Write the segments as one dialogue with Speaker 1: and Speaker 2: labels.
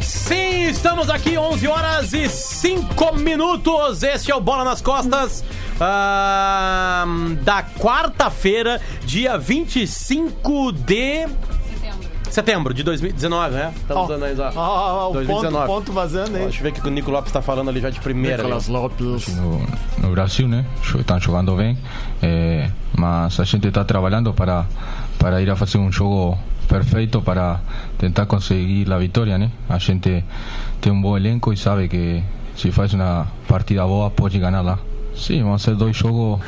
Speaker 1: Sim, estamos aqui 11 horas e 5 minutos. Este é o Bola nas Costas ah, da quarta-feira, dia 25 de setembro de 2019, né? Estamos
Speaker 2: Ó,
Speaker 1: usando aí, ó.
Speaker 2: ó, ó, o ponto,
Speaker 1: 2019.
Speaker 2: ponto vazando aí.
Speaker 1: Deixa eu ver o que o Nico Lopes tá falando ali já de primeira.
Speaker 2: Nicolas Lopes.
Speaker 3: no, no Brasil, ¿eh? né? Jo- Estão jogando bem, eh, mas a gente está trabalhando para para ir a fazer um jogo perfeito para tentar conseguir a vitória, né? A gente tem um bom elenco e sabe que se faz uma partida boa pode ganhar lá. Sim, vão ser dois jogos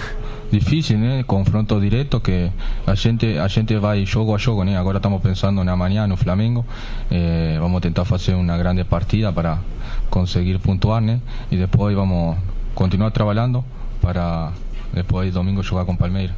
Speaker 3: difíceis, né? ¿eh? Confronto direto que a gente a gente vai jogo a jogo, né? Agora estamos pensando na manhã no Flamengo, eh, vamos tentar fazer uma grande partida para conseguir pontuar, né? E depois vamos continuar trabalhando para después domingo jugar con Palmeiras.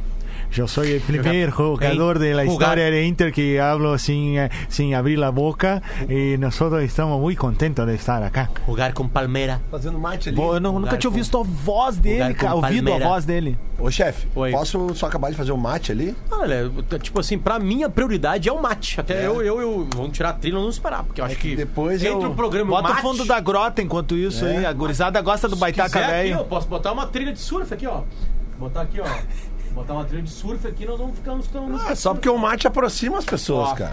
Speaker 2: Yo soy el primer jugador de la
Speaker 1: Jugar.
Speaker 2: historia de Inter que hablo sin, eh, sin abrir la boca y nosotros estamos muy contentos de estar acá.
Speaker 1: Lugar com Palmeira.
Speaker 4: Fazendo mate ali.
Speaker 2: Bo- Eu nu- nunca
Speaker 1: Lugar
Speaker 2: tinha
Speaker 1: com-
Speaker 2: visto a voz dele,
Speaker 1: lugar
Speaker 2: cara,
Speaker 1: com
Speaker 2: ouvido a
Speaker 1: palmeira.
Speaker 2: voz dele.
Speaker 4: Ô, chefe,
Speaker 1: Oi.
Speaker 4: posso só acabar de fazer um mate ali?
Speaker 1: Olha, t- tipo assim, pra mim a prioridade é o mate. Até eu, eu, eu. Vamos tirar a trilha e não esperar, porque eu acho que.
Speaker 4: depois
Speaker 1: entre
Speaker 4: eu-
Speaker 1: o programa e
Speaker 2: Bota
Speaker 1: mate,
Speaker 2: o fundo da grota enquanto isso aí. A gurizada gosta do
Speaker 1: É. se quiser
Speaker 2: baitaca
Speaker 1: aqui, eu
Speaker 2: velho.
Speaker 1: posso botar uma trilha de surf aqui, ó. Botar aqui, ó. Botar uma trilha de surf aqui, nós vamos ficar uns tão.
Speaker 4: Ah, só porque o mate aproxima as pessoas,
Speaker 1: Ó.
Speaker 4: cara.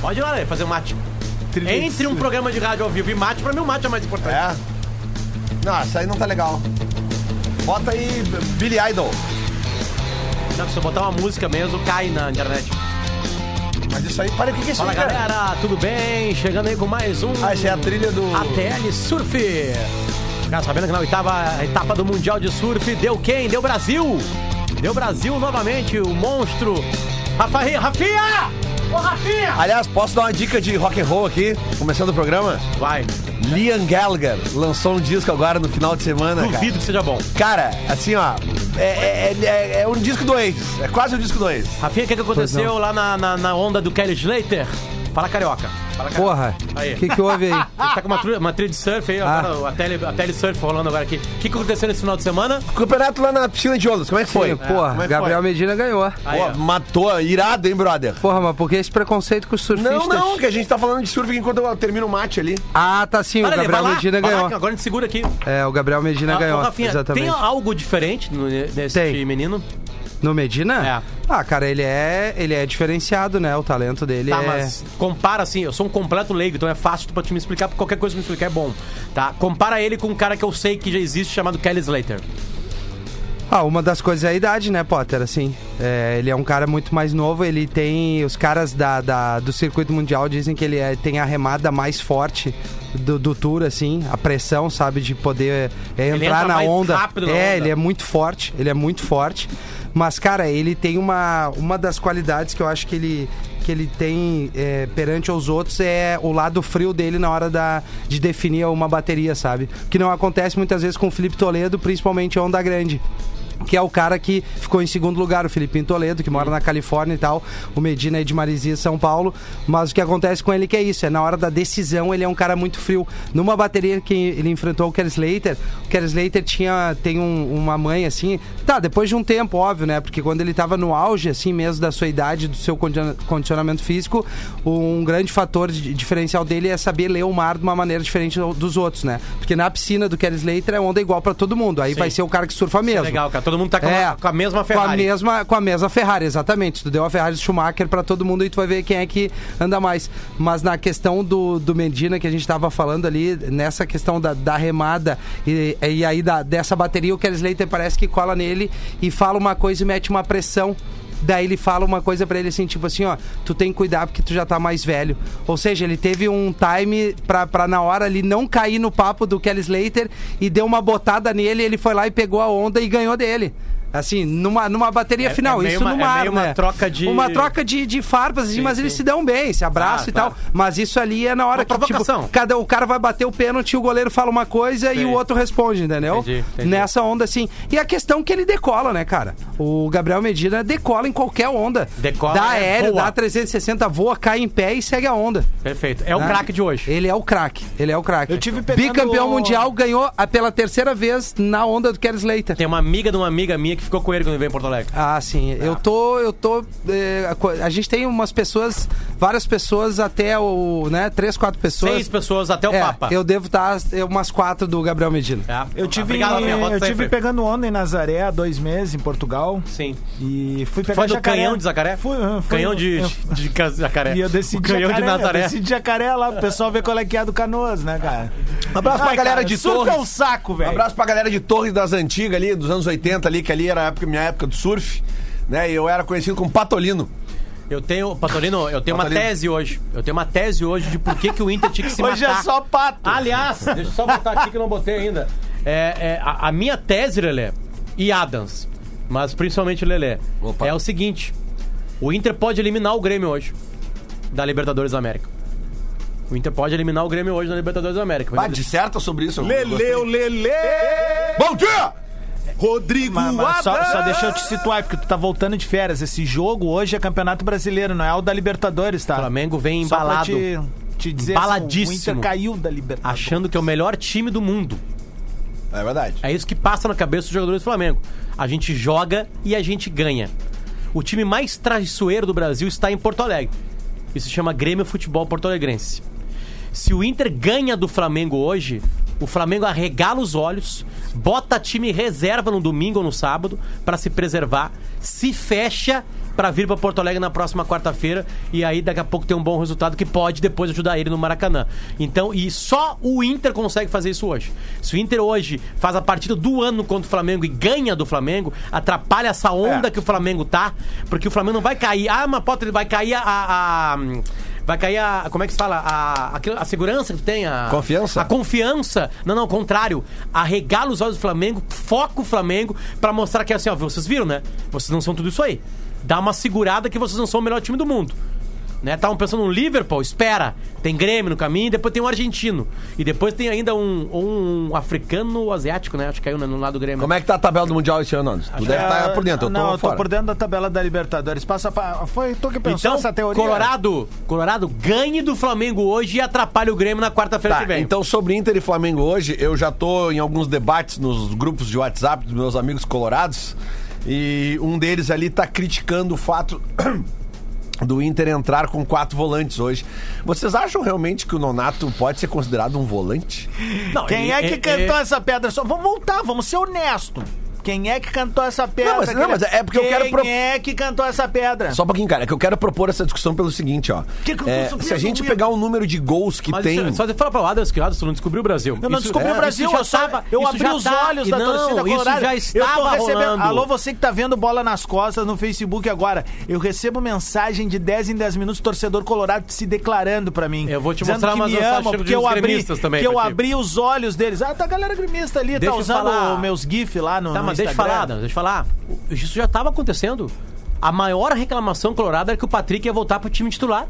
Speaker 1: Pode ir lá, né? Fazer um mate.
Speaker 2: Trilha de
Speaker 1: Entre um programa de rádio ao vivo e mate, pra mim o mate é mais importante.
Speaker 4: É? Não, essa aí não tá legal. Bota aí Billy Idol.
Speaker 1: Não, se eu botar uma música mesmo, cai na internet.
Speaker 4: Mas isso aí, para o que, que é isso
Speaker 1: Fala
Speaker 4: aí, cara?
Speaker 1: galera, tudo bem? Chegando aí com mais um.
Speaker 4: Ah, essa é a trilha do.
Speaker 1: ATL Surf. Já sabendo que na oitava etapa do Mundial de Surf deu quem? Deu Brasil! Deu Brasil novamente, o monstro Rafael Rafinha! Ô Rafinha!
Speaker 4: Aliás, posso dar uma dica de rock and roll aqui, começando o programa?
Speaker 1: Vai,
Speaker 4: Liam Gallagher lançou um disco agora no final de semana, cara.
Speaker 1: duvido que seja bom.
Speaker 4: Cara, assim, ó, é, é- é- é um disco do ex. É quase um disco do ex.
Speaker 1: Rafinha, o que, que aconteceu lá na, na, na onda do Kelly Slater? Fala carioca. Fala carioca.
Speaker 5: Porra, Ah.
Speaker 1: Aí.
Speaker 5: o que, que houve aí?
Speaker 1: Tá com uma, tru- uma trilha de surf aí, agora a tele, a tele surf rolando agora aqui. O que, que aconteceu nesse final de semana?
Speaker 4: Campeonato lá na piscina de ondas, como é que foi?
Speaker 5: Sim, porra,
Speaker 4: é que
Speaker 5: Gabriel
Speaker 4: foi?
Speaker 5: Medina ganhou.
Speaker 1: Aí,
Speaker 4: Pô,
Speaker 1: ó.
Speaker 4: matou, irado, hein, brother?
Speaker 5: Porra, mas por que esse preconceito com os surfistas?
Speaker 4: Não, não, que a gente tá falando de surf enquanto eu termino o mate ali.
Speaker 5: Ah, tá sim,
Speaker 1: Olha
Speaker 5: o
Speaker 1: ali, vai
Speaker 5: Gabriel
Speaker 1: lá,
Speaker 5: Medina
Speaker 1: vai lá,
Speaker 5: ganhou.
Speaker 1: que agora a gente segura aqui.
Speaker 5: É, o Gabriel Medina
Speaker 1: Ah, ô,
Speaker 5: ganhou,
Speaker 1: Rafinha,
Speaker 5: exatamente.
Speaker 1: tem algo diferente no- nesse
Speaker 5: Tem.
Speaker 1: menino?
Speaker 5: No Medina?
Speaker 1: É.
Speaker 5: Ah, cara, ele é, ele é diferenciado, né? O talento dele
Speaker 1: Tá,
Speaker 5: é...
Speaker 1: mas compara assim, eu sou um completo leigo, então é fácil tu pra te me explicar, porque qualquer coisa que me explicar é bom, tá? Compara ele com um cara que eu sei que já existe chamado Kelly Slater.
Speaker 5: Ah, uma das coisas é a idade, né, Potter? Assim, é, ele é um cara muito mais novo. Ele tem. Os caras da, da- do circuito mundial dizem que ele é- tem a remada mais forte do, do tour, assim. A pressão, sabe, de poder é, entrar
Speaker 1: entra
Speaker 5: na
Speaker 1: mais
Speaker 5: onda.
Speaker 1: rápido na
Speaker 5: é,
Speaker 1: onda.
Speaker 5: ele é muito forte. Ele é muito forte. Mas, cara, ele tem uma, uma das qualidades que eu acho que ele. Que ele tem é, perante aos outros é o lado frio dele na hora da, de definir uma bateria, sabe? Que não acontece muitas vezes com o Felipe Toledo, principalmente a onda grande que é o cara que ficou em segundo lugar, o Filipinho Toledo, que mora na Califórnia e tal, o Medina é de Marizia, São Paulo, mas o que acontece com ele que é isso, é na hora da decisão ele é um cara muito frio. Numa bateria que ele enfrentou o Kerry Slater, o Kerry Slater tinha, tem um- uma mãe assim, tá, depois de um tempo, óbvio, né, porque quando ele tava no auge, assim mesmo, da sua idade, do seu condicio- condicionamento físico, um grande fator de- diferencial dele é saber ler o mar de uma maneira diferente do- dos outros, né, porque na piscina do Kerry Slater é onda igual pra todo mundo, aí vai ser o cara que surfa mesmo.
Speaker 1: Legal, cara. Todo mundo tá com, a, com a mesma Ferrari.
Speaker 5: É. Com a mesma, com a mesma Ferrari, exatamente. Tu deu a Ferrari Schumacher pra todo mundo e tu vai ver quem é que anda mais. Mas na questão do, do Medina que a gente tava falando ali, nessa questão da, da remada e, e aí da- dessa bateria, o Kelly Slater parece que cola nele e fala uma coisa e mete uma pressão. Daí ele fala uma coisa pra ele assim, tipo assim, ó, tu tem que cuidar porque tu já tá mais velho. Ou seja, ele teve um time pra, pra na hora ali não cair no papo do Kelly Slater e deu uma botada nele, ele foi lá e pegou a onda e ganhou dele. Assim, numa, numa bateria
Speaker 1: É-
Speaker 5: final,
Speaker 1: é meio
Speaker 5: isso
Speaker 1: uma-
Speaker 5: no
Speaker 1: é
Speaker 5: mar,
Speaker 1: meio uma
Speaker 5: né?
Speaker 1: troca de-
Speaker 5: Uma troca de, de farpas, assim, mas eles se dão bem, se abraçam
Speaker 1: Ah,
Speaker 5: e
Speaker 1: claro.
Speaker 5: tal. Mas isso ali é na hora
Speaker 1: Uma
Speaker 5: que,
Speaker 1: provocação.
Speaker 5: tipo, cada, o cara vai bater o pênalti, o goleiro fala uma coisa e
Speaker 1: Sim.
Speaker 5: o outro responde, entendeu?
Speaker 1: Entendi, entendi.
Speaker 5: Nessa onda, assim. E a questão que ele decola, né, cara? O Gabriel Medina decola em qualquer onda.
Speaker 1: Decola,
Speaker 5: Dá
Speaker 1: né?
Speaker 5: aéreo,
Speaker 1: Voa.
Speaker 5: dá 360, voa, cai em pé e segue a onda.
Speaker 1: Perfeito. É o
Speaker 5: né?
Speaker 1: craque de hoje.
Speaker 5: Ele é o craque. Ele é o craque.
Speaker 2: Eu tive pegando-
Speaker 5: Bicampeão mundial, ganhou a- pela terceira vez na onda do Kerry Slater.
Speaker 1: Tem uma amiga de uma amiga minha que que ficou com ele quando ele veio em Porto Alegre.
Speaker 5: Ah, sim.
Speaker 1: Tá.
Speaker 5: Eu tô, eu tô. é, a co- a gente tem umas pessoas, várias pessoas até o, né? Três, quatro pessoas.
Speaker 1: Seis pessoas até o
Speaker 5: É,
Speaker 1: Papa.
Speaker 5: eu devo estar umas quatro do Gabriel Medina.
Speaker 1: É.
Speaker 6: Eu tive,
Speaker 1: Obrigado, minha
Speaker 6: eu
Speaker 1: volta
Speaker 6: tive
Speaker 1: sempre.
Speaker 6: pegando onda em Nazaré há dois meses, em Portugal.
Speaker 1: Sim.
Speaker 6: E fui pegar
Speaker 1: Foi no
Speaker 6: jacaré.
Speaker 1: canhão de Zacaré?
Speaker 6: Fui, ah,
Speaker 2: hum,
Speaker 6: fui
Speaker 1: canhão
Speaker 6: no-
Speaker 1: de,
Speaker 6: eu-
Speaker 1: de, de Jacaré.
Speaker 6: E eu decidi
Speaker 1: É, o canhão
Speaker 6: jacaré,
Speaker 1: de Nazaré.
Speaker 6: Eu decidi jacaré lá, o pessoal vê qual é que é do Canoas, né, cara? Um
Speaker 4: abraço pra galera de
Speaker 6: surf é
Speaker 4: Torres.
Speaker 6: um saco,
Speaker 4: Um
Speaker 6: velho.
Speaker 4: abraço pra galera de Torres das Antigas ali, dos anos 80 ali, que ali era a época, minha época do surf, né? E eu era conhecido como Patolino.
Speaker 1: Eu tenho, Patolino, eu tenho uma
Speaker 4: Patolino.
Speaker 1: tese hoje. Eu tenho uma tese hoje de por que, que o Inter tinha que se
Speaker 6: Hoje
Speaker 1: matar.
Speaker 6: é só pato.
Speaker 1: Aliás, deixa eu só botar aqui que eu não botei ainda. É, é, a, a minha tese, Lelé, e Adams, mas principalmente o Lelé,
Speaker 4: Opa.
Speaker 1: é o seguinte: o Inter pode eliminar o Grêmio hoje da Libertadores da América. O Inter pode eliminar o Grêmio hoje na Libertadores da América.
Speaker 4: Bah, disserta sobre isso. eu gostei.
Speaker 7: Leleu, Lele!
Speaker 4: Bom dia!
Speaker 7: Rodrigo
Speaker 6: Mas, mas só,
Speaker 7: Adams!
Speaker 6: só deixa eu te situar, porque tu tá voltando de férias. Esse jogo hoje é Campeonato Brasileiro, não é o da Libertadores, tá?
Speaker 1: O Flamengo vem
Speaker 6: Só pra
Speaker 1: embalado,
Speaker 6: te, te dizer
Speaker 1: Embaladíssimo.
Speaker 6: assim, o Inter caiu da Libertadores.
Speaker 1: achando que é o melhor time do mundo.
Speaker 4: É verdade.
Speaker 1: É isso que passa na cabeça dos jogadores do Flamengo. A gente joga e a gente ganha. O time mais traiçoeiro do Brasil está em Porto Alegre. Isso se chama Grêmio Futebol Porto Alegrense. Se o Inter ganha do Flamengo hoje, o Flamengo arregala os olhos, bota time reserva no domingo ou no sábado pra se preservar, se fecha pra vir pra Porto Alegre na próxima quarta-feira e aí daqui a pouco tem um bom resultado que pode depois ajudar ele no Maracanã. Então, e só o Inter consegue fazer isso hoje. Se o Inter hoje faz a partida do ano contra o Flamengo e ganha do Flamengo, atrapalha essa onda que o Flamengo tá, porque o Flamengo não vai cair. Ah, mas Potter, ele vai cair a- a- a Vai cair a. Como é que se fala? A, aquilo- a segurança que tu tem? A,
Speaker 4: Confiança?
Speaker 1: A confiança. Não, não, ao contrário. Arregala os olhos do Flamengo, foca o Flamengo pra mostrar que é assim, ó. Vocês viram, né? Vocês não são tudo isso aí. Dá uma segurada que vocês não são o melhor time do mundo. Né? Estavam pensando no Liverpool, espera. Tem Grêmio no caminho, depois tem um argentino. E depois tem ainda um, um africano ou asiático, né? Acho que caiu no lado do Grêmio.
Speaker 4: Como é que tá a tabela do Mundial esse ano, Anderson? Tu deve estar
Speaker 1: tá
Speaker 4: por dentro, é- eu tô
Speaker 6: É, Não, eu tô
Speaker 4: fora.
Speaker 6: por dentro da tabela da Libertadores. Passa pra... Foi tu que pensou
Speaker 1: Então,
Speaker 6: essa teoria.
Speaker 1: Colorado, Colorado ganhe do Flamengo hoje e atrapalha o Grêmio na quarta-feira que
Speaker 4: Tá,
Speaker 1: vem.
Speaker 4: então sobre Inter e Flamengo hoje, eu já tô em alguns debates nos grupos de WhatsApp dos meus amigos colorados e um deles ali tá criticando o fato do Inter entrar com quatro volantes hoje. Vocês acham realmente que o Nonato pode ser considerado um volante?
Speaker 1: Não,
Speaker 6: Quem
Speaker 1: e-
Speaker 6: é que
Speaker 1: e-
Speaker 6: cantou
Speaker 1: e-
Speaker 6: essa pedra? Só vamos voltar, vamos ser honesto. Quem é que cantou essa pedra?
Speaker 4: Não, mas- não, mas é porque eu
Speaker 6: Quem
Speaker 4: quero pro-
Speaker 6: Quem é que cantou essa pedra?
Speaker 4: Só um pouquinho, cara, é que eu quero propor essa discussão pelo seguinte, ó.
Speaker 6: Que que eu tô
Speaker 4: É,
Speaker 6: subindo,
Speaker 4: se a gente
Speaker 6: Will?
Speaker 4: pegar o número de gols que
Speaker 1: Mas
Speaker 4: tem.
Speaker 1: isso- é,
Speaker 6: é
Speaker 1: só de falar pra Adams que o Adams não descobriu o Brasil.
Speaker 6: Eu não
Speaker 1: Isso-
Speaker 6: descobri
Speaker 1: é,
Speaker 6: o Brasil,
Speaker 1: isso já
Speaker 6: eu só
Speaker 1: tava-
Speaker 6: eu
Speaker 1: isso
Speaker 6: abri
Speaker 1: já
Speaker 6: os
Speaker 1: tá-
Speaker 6: olhos da
Speaker 1: não,
Speaker 6: torcida colorada.
Speaker 1: Isso já estava
Speaker 6: eu tô recebendo.
Speaker 1: rolando.
Speaker 6: Alô, você que tá vendo bola nas costas no Facebook agora. Eu recebo mensagem de 10 em 10 minutos torcedor colorado se declarando pra mim.
Speaker 1: Eu vou te
Speaker 6: dizendo
Speaker 1: mostrar
Speaker 6: que
Speaker 1: umas
Speaker 6: me
Speaker 1: mensagens
Speaker 6: ama,
Speaker 1: dos
Speaker 6: porque eu abri,
Speaker 1: gremistas também
Speaker 6: que eu
Speaker 1: pra ti.
Speaker 6: abri os olhos deles. Ah, tá a galera gremista ali,
Speaker 1: Deixa
Speaker 6: tá
Speaker 1: eu
Speaker 6: usando
Speaker 1: falar.
Speaker 6: meus gifs lá no
Speaker 1: Tá,
Speaker 6: no
Speaker 1: mas deixa eu
Speaker 6: Instagram.
Speaker 1: falar, Adams, deixa eu falar. O- Isso já tava acontecendo. A maior reclamação colorada era que o Patrick ia voltar pro time titular.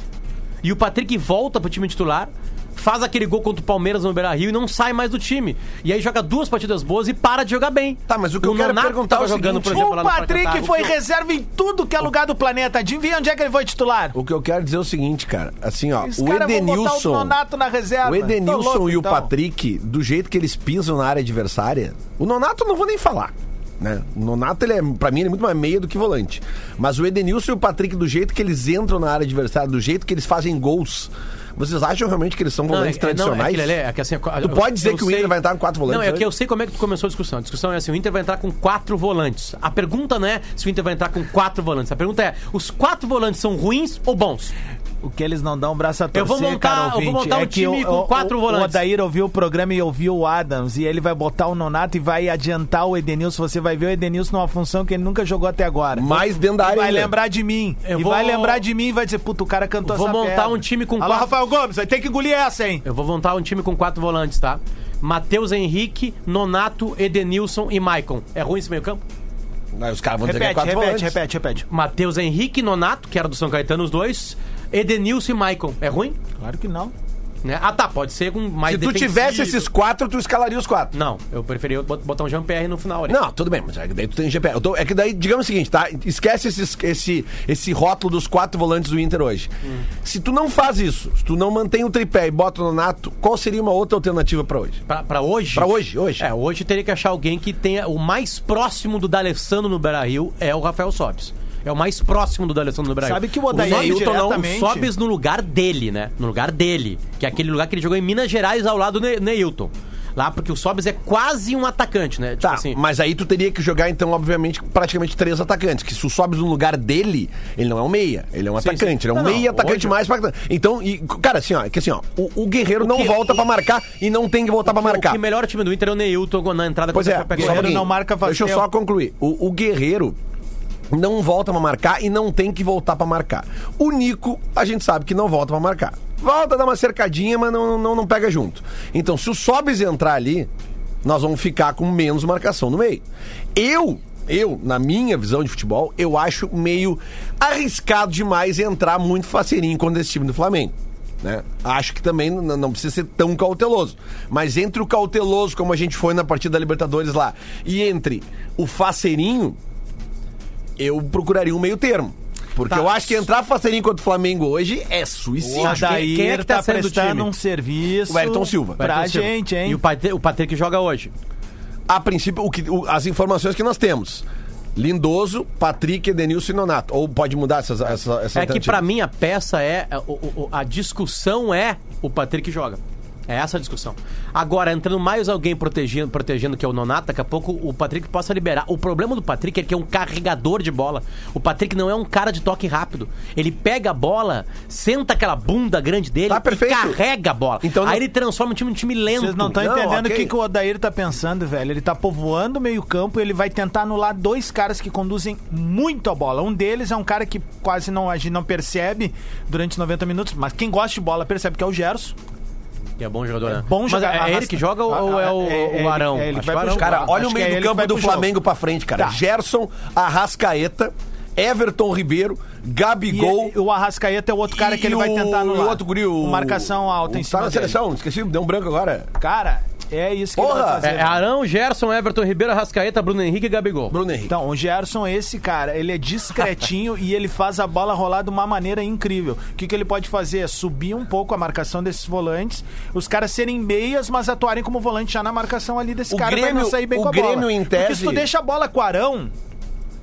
Speaker 1: E o Patrick volta pro time titular, faz aquele gol contra o Palmeiras no Beira-Rio e não sai mais do time. E aí joga duas partidas boas e para de jogar bem.
Speaker 4: Tá, mas o que eu quero
Speaker 1: Nonato
Speaker 4: perguntar
Speaker 1: tava
Speaker 4: é o
Speaker 1: jogando,
Speaker 4: seguinte,
Speaker 1: por exemplo, lá
Speaker 6: O
Speaker 1: no
Speaker 6: Patrick
Speaker 1: Paracatá.
Speaker 6: foi reserva em tudo que é lugar do planeta. Adivinha onde é que ele foi titular?
Speaker 4: O que eu quero dizer é o seguinte, cara. Assim, ó,
Speaker 6: Os
Speaker 4: o
Speaker 6: caras vão botar
Speaker 4: Edenilson.
Speaker 6: o Nonato na reserva.
Speaker 4: O Edenilson
Speaker 6: Tô Tá louco,
Speaker 4: e o
Speaker 6: então.
Speaker 4: Patrick, do jeito que eles pisam na área adversária, o Nonato eu não vou nem falar. Né? O Nonato, ele é, pra mim, ele é muito mais meia do que volante. Mas o Edenilson e o Patrick, do jeito que eles entram na área adversária, do jeito que eles fazem gols, vocês acham realmente que eles são volantes tradicionais?
Speaker 1: Não, é, que, Lelê, é que assim,
Speaker 4: Tu pode dizer que o Inter vai entrar com quatro volantes
Speaker 1: Não, é que
Speaker 4: hoje?
Speaker 1: eu sei como é que tu começou a discussão. A discussão é assim: o Inter vai entrar com quatro volantes. A pergunta não é se o Inter vai entrar com quatro volantes. A pergunta é: os quatro volantes são ruins ou bons?
Speaker 6: O que eles não dão braço a torcer,
Speaker 1: vou montar-
Speaker 6: cara,
Speaker 1: eu vou
Speaker 6: ouvinte,
Speaker 1: montar um
Speaker 6: é que
Speaker 1: time
Speaker 6: o-
Speaker 1: com
Speaker 6: o-
Speaker 1: quatro
Speaker 6: o-
Speaker 1: volantes.
Speaker 6: O Adair ouviu o programa e ouviu o Adams. E ele vai botar o Nonato e vai adiantar o Edenilson. Você vai ver o Edenilson numa função que ele nunca jogou até agora.
Speaker 4: Mais dentro da
Speaker 6: E
Speaker 4: área
Speaker 6: vai
Speaker 4: ainda.
Speaker 6: lembrar de mim.
Speaker 1: Eu
Speaker 6: e
Speaker 1: vou-
Speaker 6: vai lembrar de mim e vai dizer, puta, o cara cantou
Speaker 1: Vou
Speaker 6: essa
Speaker 1: montar
Speaker 6: pedra.
Speaker 1: um time com
Speaker 6: Alô,
Speaker 1: quatro-
Speaker 6: Rafael Gomes, vai ter que engolir essa, hein?
Speaker 1: Eu vou montar um time com quatro volantes, tá? Matheus Henrique, Nonato, Edenilson e Maicon. É ruim esse meio-campo?
Speaker 4: Não, os caras vão dizer que é
Speaker 6: Repete,
Speaker 4: quatro
Speaker 6: repete,
Speaker 4: volantes.
Speaker 6: repete, repete.
Speaker 1: Matheus Henrique, Nonato, que era do São Caetano, os dois. Edenilson e Maicon. É ruim?
Speaker 6: Claro que não.
Speaker 1: né? Ah, tá, pode ser com mais
Speaker 4: Se tu
Speaker 1: defensivo.
Speaker 4: tivesse esses quatro, tu escalaria os quatro.
Speaker 1: Não, eu preferia bot- botar um Jean-Pierre no final ali.
Speaker 4: Não, tudo bem, mas é que daí tu tem GPR. Eu tô- é que daí, digamos o seguinte, tá? Esquece esses- esse, esse rótulo dos quatro volantes do Inter hoje.
Speaker 1: Hum.
Speaker 4: Se tu não faz isso, se tu não mantém o tripé e bota o Nonato, qual seria uma outra alternativa pra hoje?
Speaker 1: Pra, pra hoje?
Speaker 4: Pra hoje, hoje.
Speaker 1: É, hoje teria que achar alguém que tenha. O mais próximo do D'Alessandro no Beira-Rio é o Rafael Sobes. É o mais próximo do D'Alessandro no Beira-Rio.
Speaker 6: Sabe que o Odair
Speaker 1: Sobis-
Speaker 6: diretamente-
Speaker 1: não, o Sobes no lugar dele, né? No lugar dele. Que é aquele lugar que ele jogou em Minas Gerais ao lado do Ne- Neilton. Lá, porque o Sobes é quase um atacante, né? Tipo
Speaker 4: Tá, mas aí tu teria que jogar, então, obviamente, praticamente três atacantes. Que se o Sobs no lugar dele, ele não é um meia. Ele é um
Speaker 1: Sim,
Speaker 4: atacante.
Speaker 1: sim.
Speaker 4: Ele é
Speaker 1: Não,
Speaker 4: um
Speaker 1: não,
Speaker 4: meia atacante
Speaker 1: hoje-
Speaker 4: mais pra... Então, e, cara, assim, ó, é que assim, ó, o, o Guerreiro não
Speaker 1: que- é
Speaker 4: volta pra marcar e não tem que voltar pra
Speaker 1: O
Speaker 4: marcar.
Speaker 1: que melhor time do Inter é o Neilton na entrada
Speaker 4: Pois
Speaker 1: contra
Speaker 4: é,
Speaker 1: a
Speaker 4: só um
Speaker 1: Chapecoense.
Speaker 6: Guerreiro
Speaker 4: pouquinho.
Speaker 6: não marca faz
Speaker 4: Deixa eu
Speaker 6: tempo.
Speaker 4: só concluir. O, o Guerreiro não volta pra marcar e não tem que voltar pra marcar. O Nico, a gente sabe que não volta pra marcar. Volta, dá uma cercadinha, mas não, não, não pega junto. Então, se o Sobes entrar ali, nós vamos ficar com menos marcação no meio. Eu, eu, na minha visão de futebol, eu acho meio arriscado demais entrar muito faceirinho contra esse time do Flamengo né? Acho que também n- não precisa ser tão cauteloso. Mas entre o cauteloso, como a gente foi na partida da Libertadores lá, e entre o faceirinho, eu procuraria um meio termo. Porque
Speaker 1: Tá.
Speaker 4: eu acho que entrar faceirinho contra o Flamengo hoje é
Speaker 6: O
Speaker 4: suicídio.
Speaker 1: quem- quem é
Speaker 6: Adair
Speaker 1: que tá
Speaker 6: tá,
Speaker 1: saindo do time?
Speaker 6: prestando um serviço.
Speaker 4: O Ayrton Silva.
Speaker 6: Pra
Speaker 1: Patrick Silva.
Speaker 6: gente, hein?
Speaker 1: Então, tipo, E o Patrick, o Patrick joga hoje.
Speaker 4: A princípio, o que, o- as informações que nós temos. Lindoso, Patrick, Edenilson e Nonato. Ou pode mudar essas, essa, essa
Speaker 1: É que
Speaker 4: alternativa.
Speaker 1: pra mim a peça é. o- o- o- A, discussão é o Patrick joga. É essa a discussão. Agora, entrando mais alguém protegendo, protegendo que é o Nonato, daqui a pouco o Patrick possa liberar. O problema do Patrick é que é um carregador de bola. O Patrick não é um cara de toque rápido. Ele pega a bola, senta aquela bunda grande dele
Speaker 4: Tá,
Speaker 1: e
Speaker 4: perfeito.
Speaker 1: carrega a bola.
Speaker 4: Então não-
Speaker 1: Aí ele transforma o time em um time lento.
Speaker 6: Vocês não estão
Speaker 4: Não,
Speaker 6: entendendo
Speaker 4: ok.
Speaker 6: o que, que o Odair tá pensando, velho. Ele tá povoando o meio-campo e ele vai tentar anular dois caras que conduzem muito a bola. Um deles é um cara que quase não, a gente não percebe durante 90 minutos, mas quem gosta de bola percebe que é o Gerson.
Speaker 1: Que é bom jogador, né?
Speaker 6: Bom
Speaker 1: Mas
Speaker 6: jogar-
Speaker 1: é ele
Speaker 6: arrasta.
Speaker 1: que joga ou é o,
Speaker 6: Ah, ah, é- é
Speaker 1: o
Speaker 6: ele-
Speaker 1: Arão?
Speaker 6: é ele que
Speaker 1: Acho
Speaker 6: vai
Speaker 1: que o Arão-
Speaker 6: pro jogo.
Speaker 4: Cara, olha
Speaker 6: Acho
Speaker 4: o
Speaker 6: que
Speaker 4: meio
Speaker 6: é ele
Speaker 4: do
Speaker 6: que
Speaker 4: campo
Speaker 6: vai
Speaker 4: do
Speaker 6: pro jogo.
Speaker 4: Flamengo pra frente, cara.
Speaker 6: Tá.
Speaker 4: Gerson, Arrascaeta, Everton Ribeiro,
Speaker 6: E
Speaker 4: Gabigol.
Speaker 6: o Arrascaeta é o outro cara que ele vai
Speaker 4: E o-
Speaker 6: tentar anular.
Speaker 4: E o outro guri, o...
Speaker 6: Marcação alta
Speaker 4: o-
Speaker 6: em cima
Speaker 4: Tá na
Speaker 6: dele.
Speaker 4: seleção, esqueci, deu um branco agora.
Speaker 6: Cara, é isso que ele
Speaker 4: Porra!
Speaker 6: vai fazer.
Speaker 1: É, é Arão, Gerson, Everton Ribeiro, Rascaeta, Bruno Henrique e Gabigol.
Speaker 4: Bruno Henrique.
Speaker 6: Então, o Gerson, esse cara, ele é discretinho e ele faz a bola rolar de uma maneira incrível. O que, que ele pode fazer? É subir um pouco a marcação desses volantes, os caras serem meias, mas atuarem como volante já na marcação ali desse
Speaker 4: O
Speaker 6: cara pra
Speaker 4: Grêmio-
Speaker 6: não sair bem
Speaker 4: o
Speaker 6: com a
Speaker 4: Grêmio,
Speaker 6: bola.
Speaker 4: em
Speaker 6: Porque
Speaker 4: tese-
Speaker 6: se tu deixa a bola com o Arão.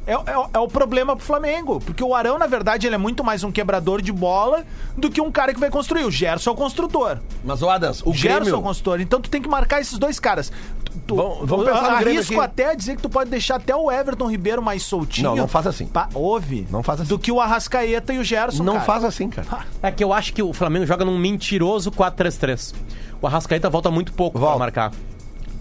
Speaker 6: É, é- é o problema pro Flamengo. Porque o Arão, na verdade, ele é muito mais um quebrador de bola do que um cara que vai construir. O Gerson é o construtor.
Speaker 4: Mas, o Adams, o
Speaker 6: O Gerson é
Speaker 4: Grêmio...
Speaker 6: o consultor. Então tu tem que marcar esses dois caras. Tu- tu-
Speaker 4: Vamos- vamos
Speaker 6: eu
Speaker 4: pensar no Grêmio
Speaker 6: arrisco
Speaker 4: aqui.
Speaker 6: até dizer que tu pode deixar até o Everton Ribeiro mais soltinho.
Speaker 4: Não, não faz assim.
Speaker 6: Pa- ouve.
Speaker 4: Não faz assim.
Speaker 6: Do que o Arrascaeta e o Gerson.
Speaker 4: Não
Speaker 6: cara.
Speaker 4: faz assim, cara.
Speaker 1: É que eu acho que o Flamengo joga num mentiroso 4-3-3. O Arrascaeta volta muito pouco
Speaker 4: Volta.
Speaker 1: pra marcar.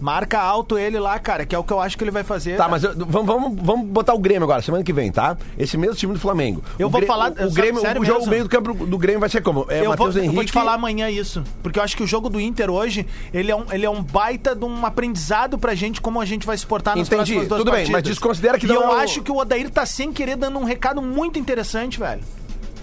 Speaker 6: Marca alto ele lá, cara, que é o que eu acho que ele vai fazer.
Speaker 4: Tá, mas eu- vamos, vamos, vamos botar o Grêmio agora, semana que vem, tá? Esse mesmo time do Flamengo.
Speaker 6: Eu
Speaker 4: O
Speaker 6: vou
Speaker 4: Grê-
Speaker 6: falar-
Speaker 4: O, o Grêmio,
Speaker 6: sério
Speaker 4: o jogo
Speaker 6: mesmo?
Speaker 4: meio do campo do Grêmio vai ser como? É
Speaker 6: eu, vou,
Speaker 4: Matheus
Speaker 6: eu
Speaker 4: Henrique.
Speaker 6: vou te falar amanhã isso. Porque eu acho que o jogo do Inter hoje, ele é um, ele é um baita de um aprendizado pra gente, como a gente vai se portar nas
Speaker 4: Entendi,
Speaker 6: próximas duas
Speaker 4: tudo bem,
Speaker 6: partidas.
Speaker 4: mas desconsidera que
Speaker 6: E
Speaker 4: não
Speaker 6: eu
Speaker 4: é o-
Speaker 6: acho que o Odair tá sem querer dando um recado muito interessante, velho.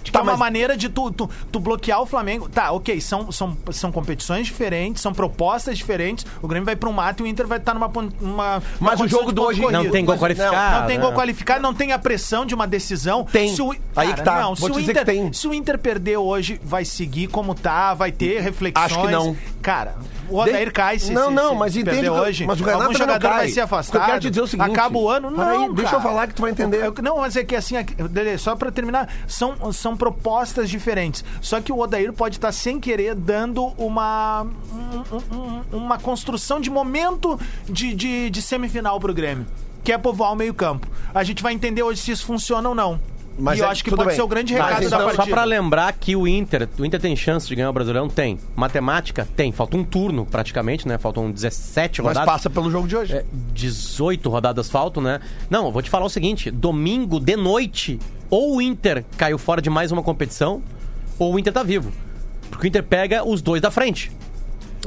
Speaker 6: De que
Speaker 4: Tá,
Speaker 6: é uma
Speaker 4: mas-
Speaker 6: maneira de tu, tu, tu bloquear o Flamengo. Tá, ok, são, são, são competições diferentes, são propostas diferentes. O Grêmio vai pra um mato e o Inter vai estar numa, pon- uma. uma
Speaker 4: Mas o
Speaker 6: condição
Speaker 4: jogo
Speaker 6: de
Speaker 4: do
Speaker 6: ponto
Speaker 4: hoje-
Speaker 6: corrido.
Speaker 1: Não tem gol
Speaker 4: mas-
Speaker 1: qualificado.
Speaker 6: Não tem
Speaker 1: né?
Speaker 6: gol qualificado, não tem a pressão de uma decisão.
Speaker 4: Tem.
Speaker 6: Se o-
Speaker 4: Aí que tá.
Speaker 6: Não,
Speaker 4: Vou
Speaker 6: se,
Speaker 4: te
Speaker 6: o
Speaker 4: dizer
Speaker 6: Inter,
Speaker 4: que tem.
Speaker 6: se o Inter perder hoje, vai seguir como tá, vai ter reflexões.
Speaker 4: Acho que não.
Speaker 6: Cara, o Odair
Speaker 4: De-
Speaker 6: cai se
Speaker 4: Não,
Speaker 6: se-
Speaker 4: não,
Speaker 6: se
Speaker 4: mas entende
Speaker 6: perder
Speaker 4: que eu-
Speaker 6: hoje.
Speaker 4: mas o Renato
Speaker 6: Algum
Speaker 4: não
Speaker 6: jogador
Speaker 4: cai.
Speaker 6: vai ser afastado.
Speaker 4: Eu quero te dizer é o seguinte,
Speaker 6: Acaba o ano, não.
Speaker 4: peraí, deixa
Speaker 6: cara.
Speaker 4: eu falar que tu vai entender.
Speaker 6: Eu- Não, mas é que assim, aqui- Dele, só pra terminar, são, são propostas diferentes. Só que o Odair pode estar sem querer dando uma um- um- um- uma construção de momento de, de, de semifinal pro Grêmio. Que é povoar o meio-campo. A gente vai entender hoje se isso funciona ou não.
Speaker 4: Mas
Speaker 6: e eu
Speaker 4: é-
Speaker 6: acho que
Speaker 4: tudo
Speaker 6: pode
Speaker 4: bem.
Speaker 6: ser o grande
Speaker 4: Mas
Speaker 6: recado
Speaker 4: então-
Speaker 6: da partida.
Speaker 1: Tá, Só pra lembrar que o Inter, o Inter tem chance de ganhar o Brasileirão? Tem. Matemática? Tem. Falta um turno, praticamente, né? Faltam 17
Speaker 4: Mas
Speaker 1: rodadas.
Speaker 4: passa pelo jogo de hoje.
Speaker 1: É, 18 rodadas faltam, né? Não, eu vou te falar o seguinte: domingo de noite, ou o Inter caiu fora de mais uma competição, ou o Inter tá vivo. Porque o Inter pega os dois da frente.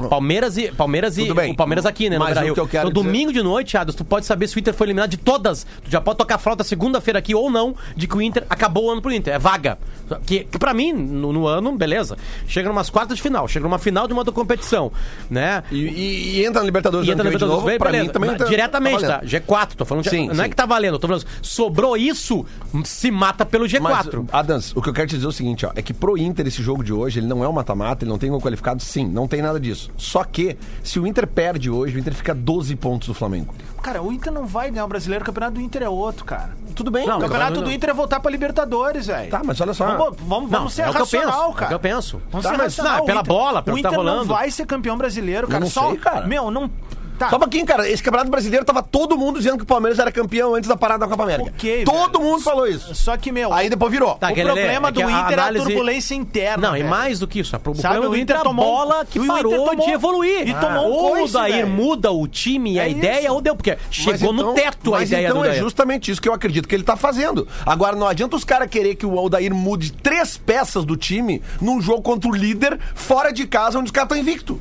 Speaker 1: Palmeiras e Palmeiras e
Speaker 4: Tudo bem.
Speaker 1: o Palmeiras aqui, né, no
Speaker 4: Mas
Speaker 1: Beira
Speaker 4: o
Speaker 1: Rio.
Speaker 4: que eu quero
Speaker 1: então,
Speaker 4: dizer-
Speaker 1: domingo de noite, Adas, tu pode saber se o Inter foi eliminado de todas. Tu já pode tocar flauta segunda-feira aqui ou não de que o Inter acabou o ano pro Inter, é vaga. Que, que para mim no, no ano, beleza. Chega numas quartas de final, chega numa final de uma outra competição, né?
Speaker 4: E, e- e entra na Libertadores
Speaker 1: E entra na
Speaker 4: ano que vem
Speaker 1: Libertadores,
Speaker 4: de novo,
Speaker 1: vem,
Speaker 4: pra mim
Speaker 1: beleza.
Speaker 4: também
Speaker 1: Na-
Speaker 4: tá-
Speaker 1: Diretamente, tá?
Speaker 4: valendo.
Speaker 1: G4, tô falando. de-
Speaker 4: Sim,
Speaker 1: não é
Speaker 4: sim.
Speaker 1: que tá valendo, eu tô falando. Sobrou isso, se mata pelo
Speaker 4: Mas,
Speaker 1: G4.
Speaker 4: Adams, o que eu quero te dizer é o seguinte, ó, é que pro Inter esse jogo de hoje, ele não é um mata-mata, ele não tem gol qualificado, sim, não tem nada disso. Só que, se o Inter perde hoje, o Inter fica 12 pontos do Flamengo.
Speaker 6: Cara, o Inter não vai ganhar o brasileiro, o campeonato do Inter é outro, cara.
Speaker 4: Tudo bem,
Speaker 1: Não,
Speaker 6: O
Speaker 4: cara.
Speaker 1: mas
Speaker 6: campeonato
Speaker 1: não-
Speaker 6: do Inter é voltar pra Libertadores, velho.
Speaker 4: Tá, mas olha só.
Speaker 6: Vamos, vamos,
Speaker 1: Não,
Speaker 6: vamos ser
Speaker 1: é o que eu
Speaker 6: racional,
Speaker 1: penso, é o
Speaker 6: cara.
Speaker 1: que eu penso.
Speaker 6: Vamos
Speaker 1: Tá,
Speaker 6: ser
Speaker 1: mas-
Speaker 6: racional.
Speaker 1: não, é pela
Speaker 6: O Inter-
Speaker 1: bola, pelo
Speaker 6: O
Speaker 1: que tá
Speaker 6: Inter não
Speaker 1: rolando.
Speaker 6: vai ser campeão brasileiro, cara.
Speaker 4: não
Speaker 6: Só-
Speaker 4: sei, cara.
Speaker 6: Meu, não... Tá.
Speaker 4: Só um pouquinho, cara. Esse campeonato brasileiro tava todo mundo dizendo que o Palmeiras era campeão antes da parada da Copa América.
Speaker 6: Ok,
Speaker 4: todo
Speaker 6: velho.
Speaker 4: mundo falou isso.
Speaker 6: Só que, meu...
Speaker 4: Aí depois virou.
Speaker 1: Tá,
Speaker 6: o
Speaker 1: Guilherme,
Speaker 6: problema
Speaker 1: é
Speaker 6: do
Speaker 1: que a
Speaker 6: Inter é a
Speaker 1: análise-
Speaker 6: turbulência interna.
Speaker 1: Não, e
Speaker 6: velho.
Speaker 1: mais do que isso. O
Speaker 6: Sabe,
Speaker 1: problema
Speaker 6: o
Speaker 1: do
Speaker 6: Inter
Speaker 1: Inter é a
Speaker 6: tomou um-
Speaker 1: bola que
Speaker 6: o Inter
Speaker 1: parou
Speaker 6: tomou-
Speaker 1: de evoluir. Ah,
Speaker 6: e tomou um
Speaker 1: ou o
Speaker 6: coice,
Speaker 1: Dair
Speaker 6: velho.
Speaker 1: muda o time e a
Speaker 6: É
Speaker 1: ideia,
Speaker 6: isso.
Speaker 1: ou deu, porque chegou no teto a
Speaker 4: mas
Speaker 1: ideia
Speaker 4: então
Speaker 1: do
Speaker 4: é
Speaker 1: Dair.
Speaker 4: justamente isso que eu acredito que ele tá fazendo. Agora, não adianta os caras querer que o Aldair mude três peças do time num jogo contra o líder fora de casa, onde os caras estão invicto.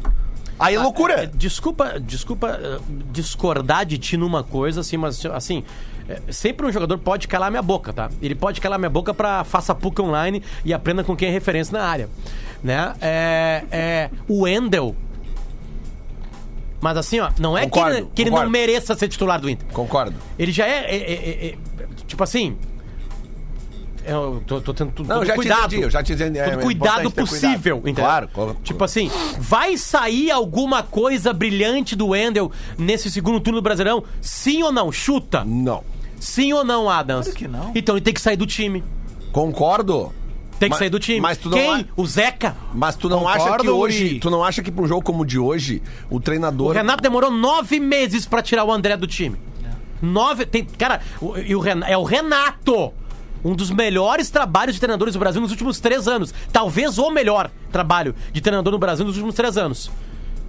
Speaker 4: Aí é
Speaker 1: É,
Speaker 4: loucura.
Speaker 1: Desculpa, desculpa eh, discordar de ti numa coisa, assim, mas assim. eh, Sempre um jogador pode calar minha boca, tá? Ele pode calar minha boca pra faça PUC online e aprenda com quem é referência na área. Né? É, é, o Wendel. Mas assim, ó, não é que, ele,
Speaker 4: Concordo,
Speaker 1: que ele não
Speaker 4: concordo.
Speaker 1: mereça ser titular do Inter.
Speaker 4: Concordo.
Speaker 1: Ele já é. é- é- é- é- tipo assim. Eu tô, tô tendo tudo,
Speaker 4: Não,
Speaker 1: todo
Speaker 4: já te
Speaker 1: cuidado.
Speaker 4: entendi, eu já te entendi. É
Speaker 1: Todo cuidado
Speaker 4: importante ter
Speaker 1: possível,
Speaker 4: cuidado.
Speaker 1: entendeu?
Speaker 4: Claro, claro.
Speaker 1: Tipo assim, vai sair alguma coisa brilhante do Wendel nesse segundo turno do Brasileirão? Sim ou não? Chuta.
Speaker 4: Não.
Speaker 1: Sim ou não, Adams?
Speaker 6: Claro que não.
Speaker 1: Então ele tem que sair do time.
Speaker 4: Concordo.
Speaker 1: Tem que
Speaker 4: Mas-
Speaker 1: sair do time.
Speaker 4: mas tu não
Speaker 1: Quem?
Speaker 4: a-
Speaker 1: O Zeca.
Speaker 4: Mas tu não acha que
Speaker 6: Concordo,
Speaker 4: hoje,
Speaker 6: Uri.
Speaker 4: tu não acha que pra um jogo como o de hoje, o
Speaker 1: O
Speaker 4: treinador
Speaker 1: Renato demorou nove meses pra tirar o André do time.
Speaker 4: É.
Speaker 1: Nove. Tem, cara, o- e o Ren- é o Renato. Um dos melhores trabalhos de treinadores do Brasil nos últimos três anos. Talvez o melhor trabalho de treinador no Brasil nos últimos três anos.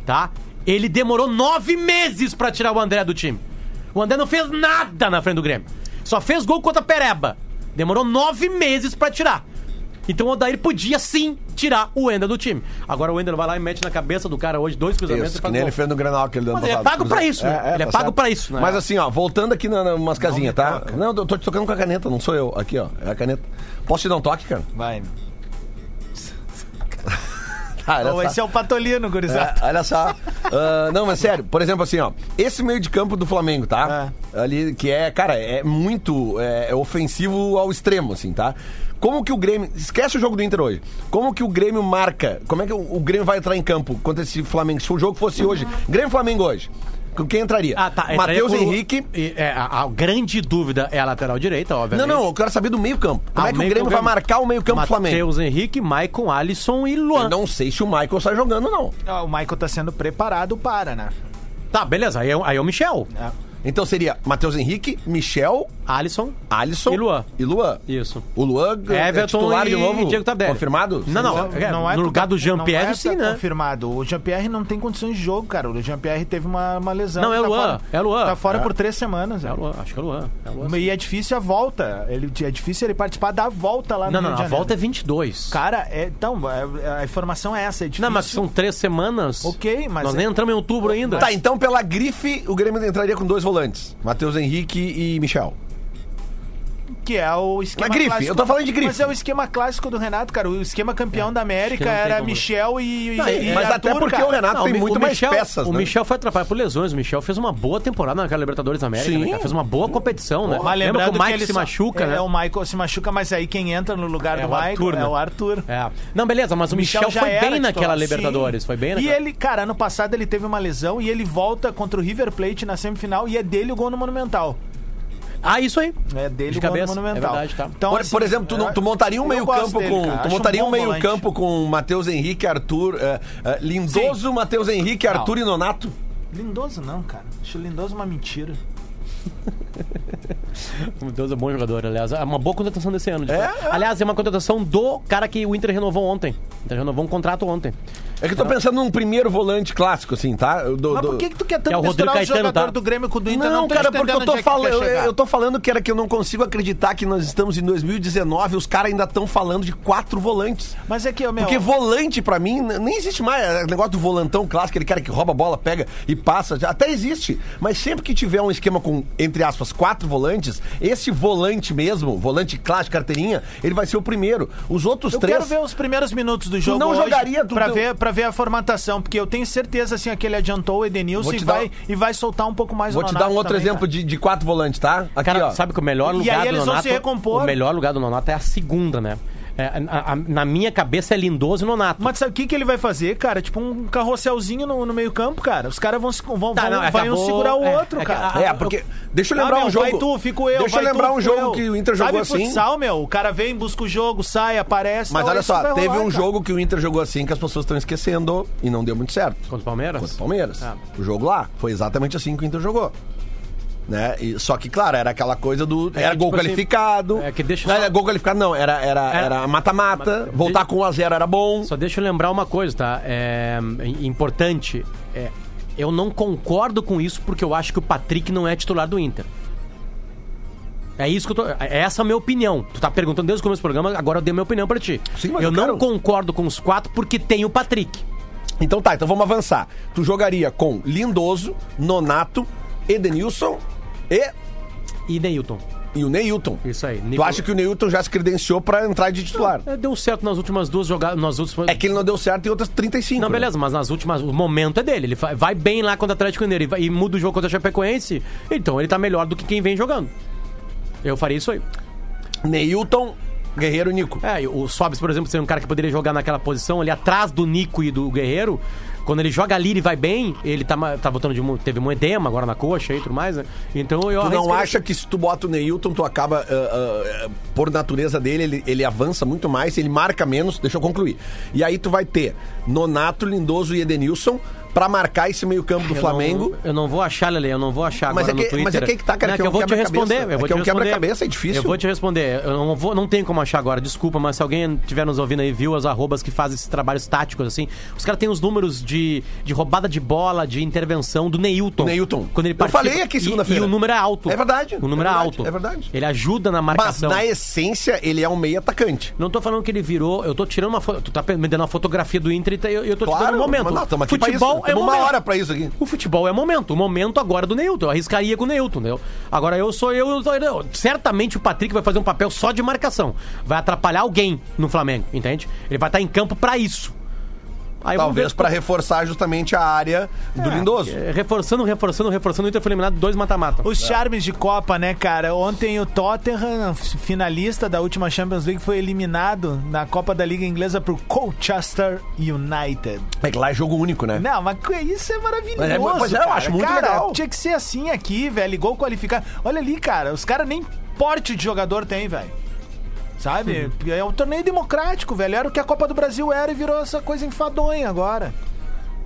Speaker 1: Tá? Ele demorou nove meses pra tirar o André do time. O André não fez nada na frente do Grêmio. Só fez gol contra a Pereba. Demorou nove meses pra tirar. Então o Odair podia sim tirar o Ender do time. Agora o Ender vai lá e mete na cabeça do cara hoje dois cruzamentos e
Speaker 4: Isso, que
Speaker 1: faz
Speaker 4: nem
Speaker 1: gol.
Speaker 4: ele fez no Grenal aquele ano
Speaker 1: tá Mas ele é pago pra isso, né? Ele é pago pra isso, né?
Speaker 4: tá Mas assim, ó, voltando aqui na- na- umas casinhas, tá? Não, eu tô te tocando com a caneta, não sou eu. Aqui, ó, é a caneta. Posso te dar um toque, cara?
Speaker 6: Vai, meu.
Speaker 4: Ah, olha
Speaker 6: Ô,
Speaker 4: só.
Speaker 6: Esse é o Patolino, gurizada.
Speaker 4: É, olha só. Ah, não, mas sério, por exemplo, assim, ó. Esse meio de campo do Flamengo, tá? Ali, que é, cara, é muito é, é ofensivo ao extremo, assim, tá? Como que o Grêmio. Esquece o jogo do Inter hoje. Como que o Grêmio marca? Como é que o, o Grêmio vai entrar em campo contra esse Flamengo? Se o jogo fosse hoje. Grêmio e Flamengo hoje. Com quem entraria?
Speaker 1: Ah, tá. Entraria
Speaker 4: Matheus
Speaker 1: com o-
Speaker 4: Henrique.
Speaker 1: E, é, a, a grande dúvida é a lateral direita,
Speaker 4: Não,
Speaker 1: obviamente.
Speaker 4: não, eu quero saber do meio campo. Como
Speaker 1: Ah,
Speaker 4: é que o
Speaker 1: meio
Speaker 4: Grêmio vai marcar o meio campo do Flamengo?
Speaker 1: Matheus Henrique, Maicon, Alisson e Luan.
Speaker 4: Eu não sei se o Michael sai jogando, não.
Speaker 1: É.
Speaker 6: Ah, o Michael tá sendo preparado para, né?
Speaker 1: Tá, beleza. Aí é, aí é o Michel.
Speaker 4: Então seria Matheus Henrique, Michel,
Speaker 1: Alisson.
Speaker 4: Alisson
Speaker 1: E Luan.
Speaker 4: E Luan.
Speaker 1: Isso.
Speaker 4: O Luan é
Speaker 1: Everton
Speaker 4: titular de
Speaker 1: e
Speaker 4: novo?
Speaker 1: Diego Tardelli.
Speaker 4: Confirmado? Tá,
Speaker 1: Não, não. é, no lugar do Jean-Pierre,
Speaker 6: não é
Speaker 1: sim, né?
Speaker 6: confirmado. O Jean-Pierre não tem condições de jogo, cara. O Jean-Pierre teve uma, uma lesão.
Speaker 1: Não, é
Speaker 6: Tá
Speaker 1: Luan,
Speaker 6: fora-
Speaker 1: é Luan.
Speaker 6: Tá fora
Speaker 1: É.
Speaker 6: por três semanas.
Speaker 1: É o Luan, acho que é o Luan. É o Luan.
Speaker 6: E é difícil a volta. Ele, é difícil ele participar da volta lá
Speaker 1: Não, não,
Speaker 6: no Rio
Speaker 1: não.
Speaker 6: de
Speaker 1: A
Speaker 6: Janeiro.
Speaker 1: volta é 22.
Speaker 6: Cara, é- então, é- a informação é essa. É difícil.
Speaker 1: Não, mas são três semanas.
Speaker 6: Ok, mas
Speaker 1: Nós
Speaker 6: é-
Speaker 1: nem entramos em outubro ainda.
Speaker 4: Tá, então pela grife, o Grêmio entraria com dois volantes: Matheus Henrique e Michel.
Speaker 6: Que é o esquema
Speaker 4: Mas grife,
Speaker 6: clássico.
Speaker 4: eu tô falando de grife.
Speaker 6: Mas é o esquema clássico do Renato, cara. O esquema campeão da América
Speaker 1: que não tem
Speaker 6: era
Speaker 1: como.
Speaker 6: Michel e, e,
Speaker 4: Não,
Speaker 6: e
Speaker 4: mas até porque
Speaker 6: cara.
Speaker 4: o Renato
Speaker 1: Não,
Speaker 4: tem
Speaker 1: o né? Mi-
Speaker 4: muito
Speaker 1: o
Speaker 4: mais
Speaker 1: Michel-
Speaker 4: peças,
Speaker 1: O
Speaker 4: né?
Speaker 1: Michel foi atrapalhado por lesões. O Michel fez uma boa temporada naquela Libertadores da América.
Speaker 4: Sim.
Speaker 1: né, cara? Fez uma boa competição, né? Lembra
Speaker 6: Mas
Speaker 1: que
Speaker 6: lembrando
Speaker 1: o Mike
Speaker 6: ele
Speaker 1: se
Speaker 6: só-
Speaker 1: machuca,
Speaker 6: é,
Speaker 1: né?
Speaker 6: o Michael se machuca, mas aí quem entra no lugar
Speaker 1: É
Speaker 6: do
Speaker 1: o
Speaker 6: Michael
Speaker 1: Arthur, né?
Speaker 6: é o Arthur.
Speaker 1: É. Não, beleza, mas o Michel,
Speaker 6: já
Speaker 1: foi
Speaker 6: era
Speaker 1: bem
Speaker 6: titular.
Speaker 1: naquela
Speaker 6: Sim.
Speaker 1: Libertadores. Foi bem
Speaker 6: E
Speaker 1: naquela.
Speaker 6: ele, cara, ano passado ele teve uma lesão e ele volta contra o River Plate na semifinal e é dele o gol no Monumental.
Speaker 1: Ah, isso aí.
Speaker 6: É dele
Speaker 1: De
Speaker 6: o gol
Speaker 1: cabeça,
Speaker 6: no Monumental.
Speaker 1: é verdade, tá.
Speaker 6: Então,
Speaker 4: por,
Speaker 6: assim,
Speaker 4: por exemplo, tu, não-
Speaker 6: é-
Speaker 4: tu montaria um
Speaker 6: eu
Speaker 4: meio
Speaker 6: gosto
Speaker 4: campo
Speaker 6: dele,
Speaker 4: com.
Speaker 6: cara.
Speaker 4: tu
Speaker 6: Acho
Speaker 4: montaria um,
Speaker 6: bom
Speaker 4: meio
Speaker 6: volante.
Speaker 4: campo com Matheus Henrique, Arthur. eh, eh, lindoso, Matheus Henrique, Arthur e Nonato.
Speaker 6: Lindoso não, cara. Acho o Lindoso uma mentira.
Speaker 1: Meu Deus, é um bom jogador, aliás. É uma boa contratação é desse ano. de fato. Aliás, é uma contratação do cara que o Inter renovou ontem. O Inter renovou um contrato ontem.
Speaker 4: É que eu tô pensando num primeiro volante clássico, assim, tá? Eu do-
Speaker 6: Mas por
Speaker 4: do-
Speaker 6: que, que tu quer
Speaker 1: É o
Speaker 6: tanto
Speaker 1: Rodrigo
Speaker 6: misturar o
Speaker 1: Caetano,
Speaker 6: jogador
Speaker 1: tá?
Speaker 6: do Grêmio com o do Inter?
Speaker 4: Não,
Speaker 6: tô
Speaker 4: cara, porque eu
Speaker 6: entendendo
Speaker 4: tô
Speaker 6: onde é que tu quer
Speaker 4: falando,
Speaker 6: chegar.
Speaker 4: eu tô falando que era que eu não consigo acreditar que nós estamos em 2019 e os caras ainda estão falando de quatro volantes.
Speaker 6: Mas é que, meu...
Speaker 4: Porque volante, pra mim, n- nem existe mais. É O negócio do volantão clássico, aquele cara que rouba a bola, pega e passa. já- Até existe. Mas sempre que tiver um esquema com, entre aspas, quatro volantes, esse volante mesmo, volante clássico, carteirinha, ele vai ser o primeiro. Os outros
Speaker 6: Eu
Speaker 4: três.
Speaker 6: quero ver os primeiros minutos do jogo
Speaker 4: não
Speaker 6: hoje
Speaker 4: jogaria, tu-
Speaker 6: pra,
Speaker 4: tu-
Speaker 6: ver, pra ver a formatação, porque eu tenho certeza assim, que ele adiantou o Edenilson
Speaker 4: Vou
Speaker 6: e
Speaker 4: te
Speaker 6: vai,
Speaker 4: dar-
Speaker 6: e vai soltar um pouco mais
Speaker 4: Vou
Speaker 6: o
Speaker 4: te
Speaker 6: Nonato
Speaker 4: dar um outro
Speaker 6: também,
Speaker 4: exemplo
Speaker 6: cara.
Speaker 4: de, de quatro volantes, tá? Aqui,
Speaker 1: Cara,
Speaker 4: ó.
Speaker 1: sabe que o melhor
Speaker 6: E
Speaker 1: lugar
Speaker 6: aí eles
Speaker 1: do
Speaker 6: vão
Speaker 1: Nonato,
Speaker 6: se recompor.
Speaker 1: O melhor lugar do Nonato é a segunda, né? É, a- a- na minha cabeça é Lindoso e Nonato.
Speaker 6: Mas sabe o que, que ele vai fazer, cara? Tipo um carrosselzinho no, no meio campo, cara. Os caras vão, se- vão,
Speaker 1: Tá,
Speaker 6: vão,
Speaker 1: não,
Speaker 6: vai
Speaker 1: acabou-
Speaker 6: um segurar o
Speaker 1: é,
Speaker 6: outro,
Speaker 1: é que-
Speaker 6: cara.
Speaker 1: ah,
Speaker 4: É, porque. Deixa eu lembrar
Speaker 6: Ah, meu,
Speaker 4: um jogo.
Speaker 6: Vai tu, fico eu.
Speaker 4: Deixa eu
Speaker 6: vai tu,
Speaker 4: lembrar um
Speaker 6: fico
Speaker 4: jogo
Speaker 6: eu.
Speaker 4: que o Inter jogou
Speaker 6: Sabe
Speaker 4: assim.
Speaker 6: futsal, meu? O cara vem, busca o jogo, sai, aparece.
Speaker 4: Mas
Speaker 6: tal,
Speaker 4: olha
Speaker 6: isso vai
Speaker 4: só, teve
Speaker 6: rolar,
Speaker 4: um
Speaker 6: cara.
Speaker 4: jogo que o Inter jogou assim que as pessoas estão esquecendo e não deu muito certo.
Speaker 1: Contra o Palmeiras?
Speaker 4: Contra o Palmeiras.
Speaker 1: Ah.
Speaker 4: O jogo lá foi exatamente assim que o Inter jogou. Né? E, só que, claro, era aquela coisa do. era
Speaker 1: que,
Speaker 4: gol
Speaker 1: tipo assim,
Speaker 4: qualificado.
Speaker 1: é que deixa eu
Speaker 4: não,
Speaker 1: só-
Speaker 4: era gol qualificado, não. Era era-
Speaker 1: É.
Speaker 4: era mata-mata.
Speaker 1: Mas-
Speaker 4: voltar com 1x0 era bom.
Speaker 1: Só deixa eu lembrar uma coisa, tá? É, é importante. É, eu não concordo com isso porque eu acho que o Patrick não é titular do Inter. É isso que eu tô. É essa a minha opinião. Tu tá perguntando desde o começo do programa, agora eu dei a minha opinião pra ti.
Speaker 4: Sim, mas
Speaker 1: eu,
Speaker 4: eu
Speaker 1: não
Speaker 4: quero-
Speaker 1: concordo com os quatro porque tem o Patrick.
Speaker 4: Então tá, então vamos avançar. Tu jogaria com Lindoso, Nonato, Edenilson e.
Speaker 1: E Neilton.
Speaker 4: E o Neilton.
Speaker 1: Isso aí.
Speaker 4: Tu acha que o Neilton já se credenciou pra entrar de titular?
Speaker 1: É, deu certo nas últimas duas jogadas. Nas últimas...
Speaker 4: É que ele não deu certo em outras 35.
Speaker 1: Não,
Speaker 4: né?
Speaker 1: beleza, mas nas últimas. O momento é dele. Ele fa- vai bem lá contra o Atlético Mineiro e, vai- e muda o jogo contra a Chapecoense. Então ele tá melhor do que quem vem jogando. Eu faria isso aí.
Speaker 4: Neilton, Guerreiro Nico.
Speaker 1: É, e o Sobs, por exemplo, seria um cara que poderia jogar naquela posição ali atrás do Nico e do Guerreiro. Quando ele joga ali e vai bem, ele tá, ma- tá botando de. mu- Teve um edema agora na coxa e tudo mais, né? Então eu
Speaker 4: Tu não
Speaker 1: arriscaria-
Speaker 4: acha que se tu bota o Neilton, tu acaba, ah, ah, ah, por natureza dele, ele, ele avança muito mais, ele marca menos, deixa eu concluir. E aí tu vai ter Nonato, Lindoso e Edenilson pra marcar esse meio campo do
Speaker 1: Eu
Speaker 4: Flamengo.
Speaker 1: não- eu não vou achar, Lele, eu não vou achar
Speaker 4: Mas
Speaker 1: agora
Speaker 4: é que-
Speaker 1: no Twitter.
Speaker 4: mas é que que tá, cara,
Speaker 1: Não,
Speaker 4: que é um
Speaker 1: eu vou te
Speaker 4: quebra-cabeça.
Speaker 1: responder. Eu
Speaker 4: É
Speaker 1: vou
Speaker 4: que
Speaker 1: te
Speaker 4: é um
Speaker 1: responder.
Speaker 4: quebra-cabeça, é difícil.
Speaker 1: Eu vou te responder. Eu não, vou, não tenho como achar agora, desculpa, mas se alguém estiver nos ouvindo aí, viu as arrobas que fazem esses trabalhos táticos, assim. Os caras têm os números de, de roubada de bola, de intervenção do Neilton.
Speaker 4: Neilton.
Speaker 1: Quando ele
Speaker 4: Eu
Speaker 1: participa.
Speaker 4: falei aqui
Speaker 1: E-
Speaker 4: segunda-feira.
Speaker 1: E, o número é alto.
Speaker 4: É verdade,
Speaker 1: O número
Speaker 4: é
Speaker 1: é,
Speaker 4: verdade,
Speaker 1: alto.
Speaker 4: é verdade.
Speaker 1: Ele ajuda na
Speaker 4: Mas
Speaker 1: marcação.
Speaker 4: na essência, ele é um meio atacante.
Speaker 1: Não tô falando que ele virou. Eu tô tirando uma foto. Tu tá me dando uma fotografia do Inter e tá- eu, eu tô te dando um momento.
Speaker 4: mas não, tamo aqui pra
Speaker 1: Futebol
Speaker 4: isso.
Speaker 1: é
Speaker 4: Tamo uma
Speaker 1: momento.
Speaker 4: hora pra isso aqui.
Speaker 1: O futebol é momento. O momento agora é do Neilton. Eu arriscaria com o Neilton, entendeu? Agora eu sou eu, eu sou eu. Certamente o Patrick vai fazer um papel só de marcação. Vai atrapalhar alguém no Flamengo, entende? Ele vai estar em campo pra isso. Aí vamos
Speaker 4: Talvez
Speaker 1: ver-
Speaker 4: pra reforçar justamente a área do Lindoso.
Speaker 1: É, Reforçando, reforçando, reforçando. O Inter foi eliminado dois mata-mata.
Speaker 6: Os charmes de Copa, né, cara? Ontem o Tottenham, finalista da última Champions League, foi eliminado na Copa da Liga Inglesa por Colchester United.
Speaker 4: É que lá é jogo único, né?
Speaker 6: Não, mas que- isso é maravilhoso.
Speaker 4: Mas é, pois é, eu
Speaker 6: cara.
Speaker 4: acho muito
Speaker 6: Cara,
Speaker 4: legal.
Speaker 6: Tinha que ser assim aqui, velho. Gol qualificado. Olha ali, cara. Os caras nem porte de jogador tem, velho. Sabe? É um torneio democrático, velho. Era o que a Copa do Brasil era e virou essa coisa enfadonha agora.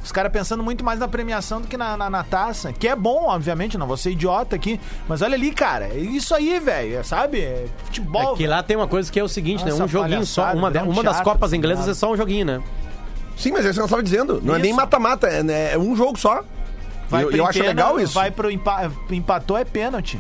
Speaker 6: Os caras pensando muito mais na premiação do que na, na, na taça. Que é bom, obviamente, não vou ser idiota aqui. Mas olha ali, cara. É Isso aí, velho. é, Sabe? É futebol.
Speaker 1: É que lá tem uma coisa que é o seguinte, né? Um
Speaker 6: Nossa,
Speaker 1: joguinho só.
Speaker 6: palhaçada,
Speaker 1: Uma, de-
Speaker 6: virou um
Speaker 1: uma das
Speaker 6: teatro,
Speaker 1: Copas
Speaker 6: essa
Speaker 1: inglesas
Speaker 6: merda.
Speaker 1: é só um joguinho, né?
Speaker 4: Sim, mas é isso que eu estava dizendo. Não é
Speaker 6: Isso.
Speaker 4: nem mata-mata, é, é um jogo só. E eu,
Speaker 6: pro
Speaker 4: eu acho
Speaker 6: interno,
Speaker 4: legal isso.
Speaker 6: Vai pro empa- empatou é pênalti.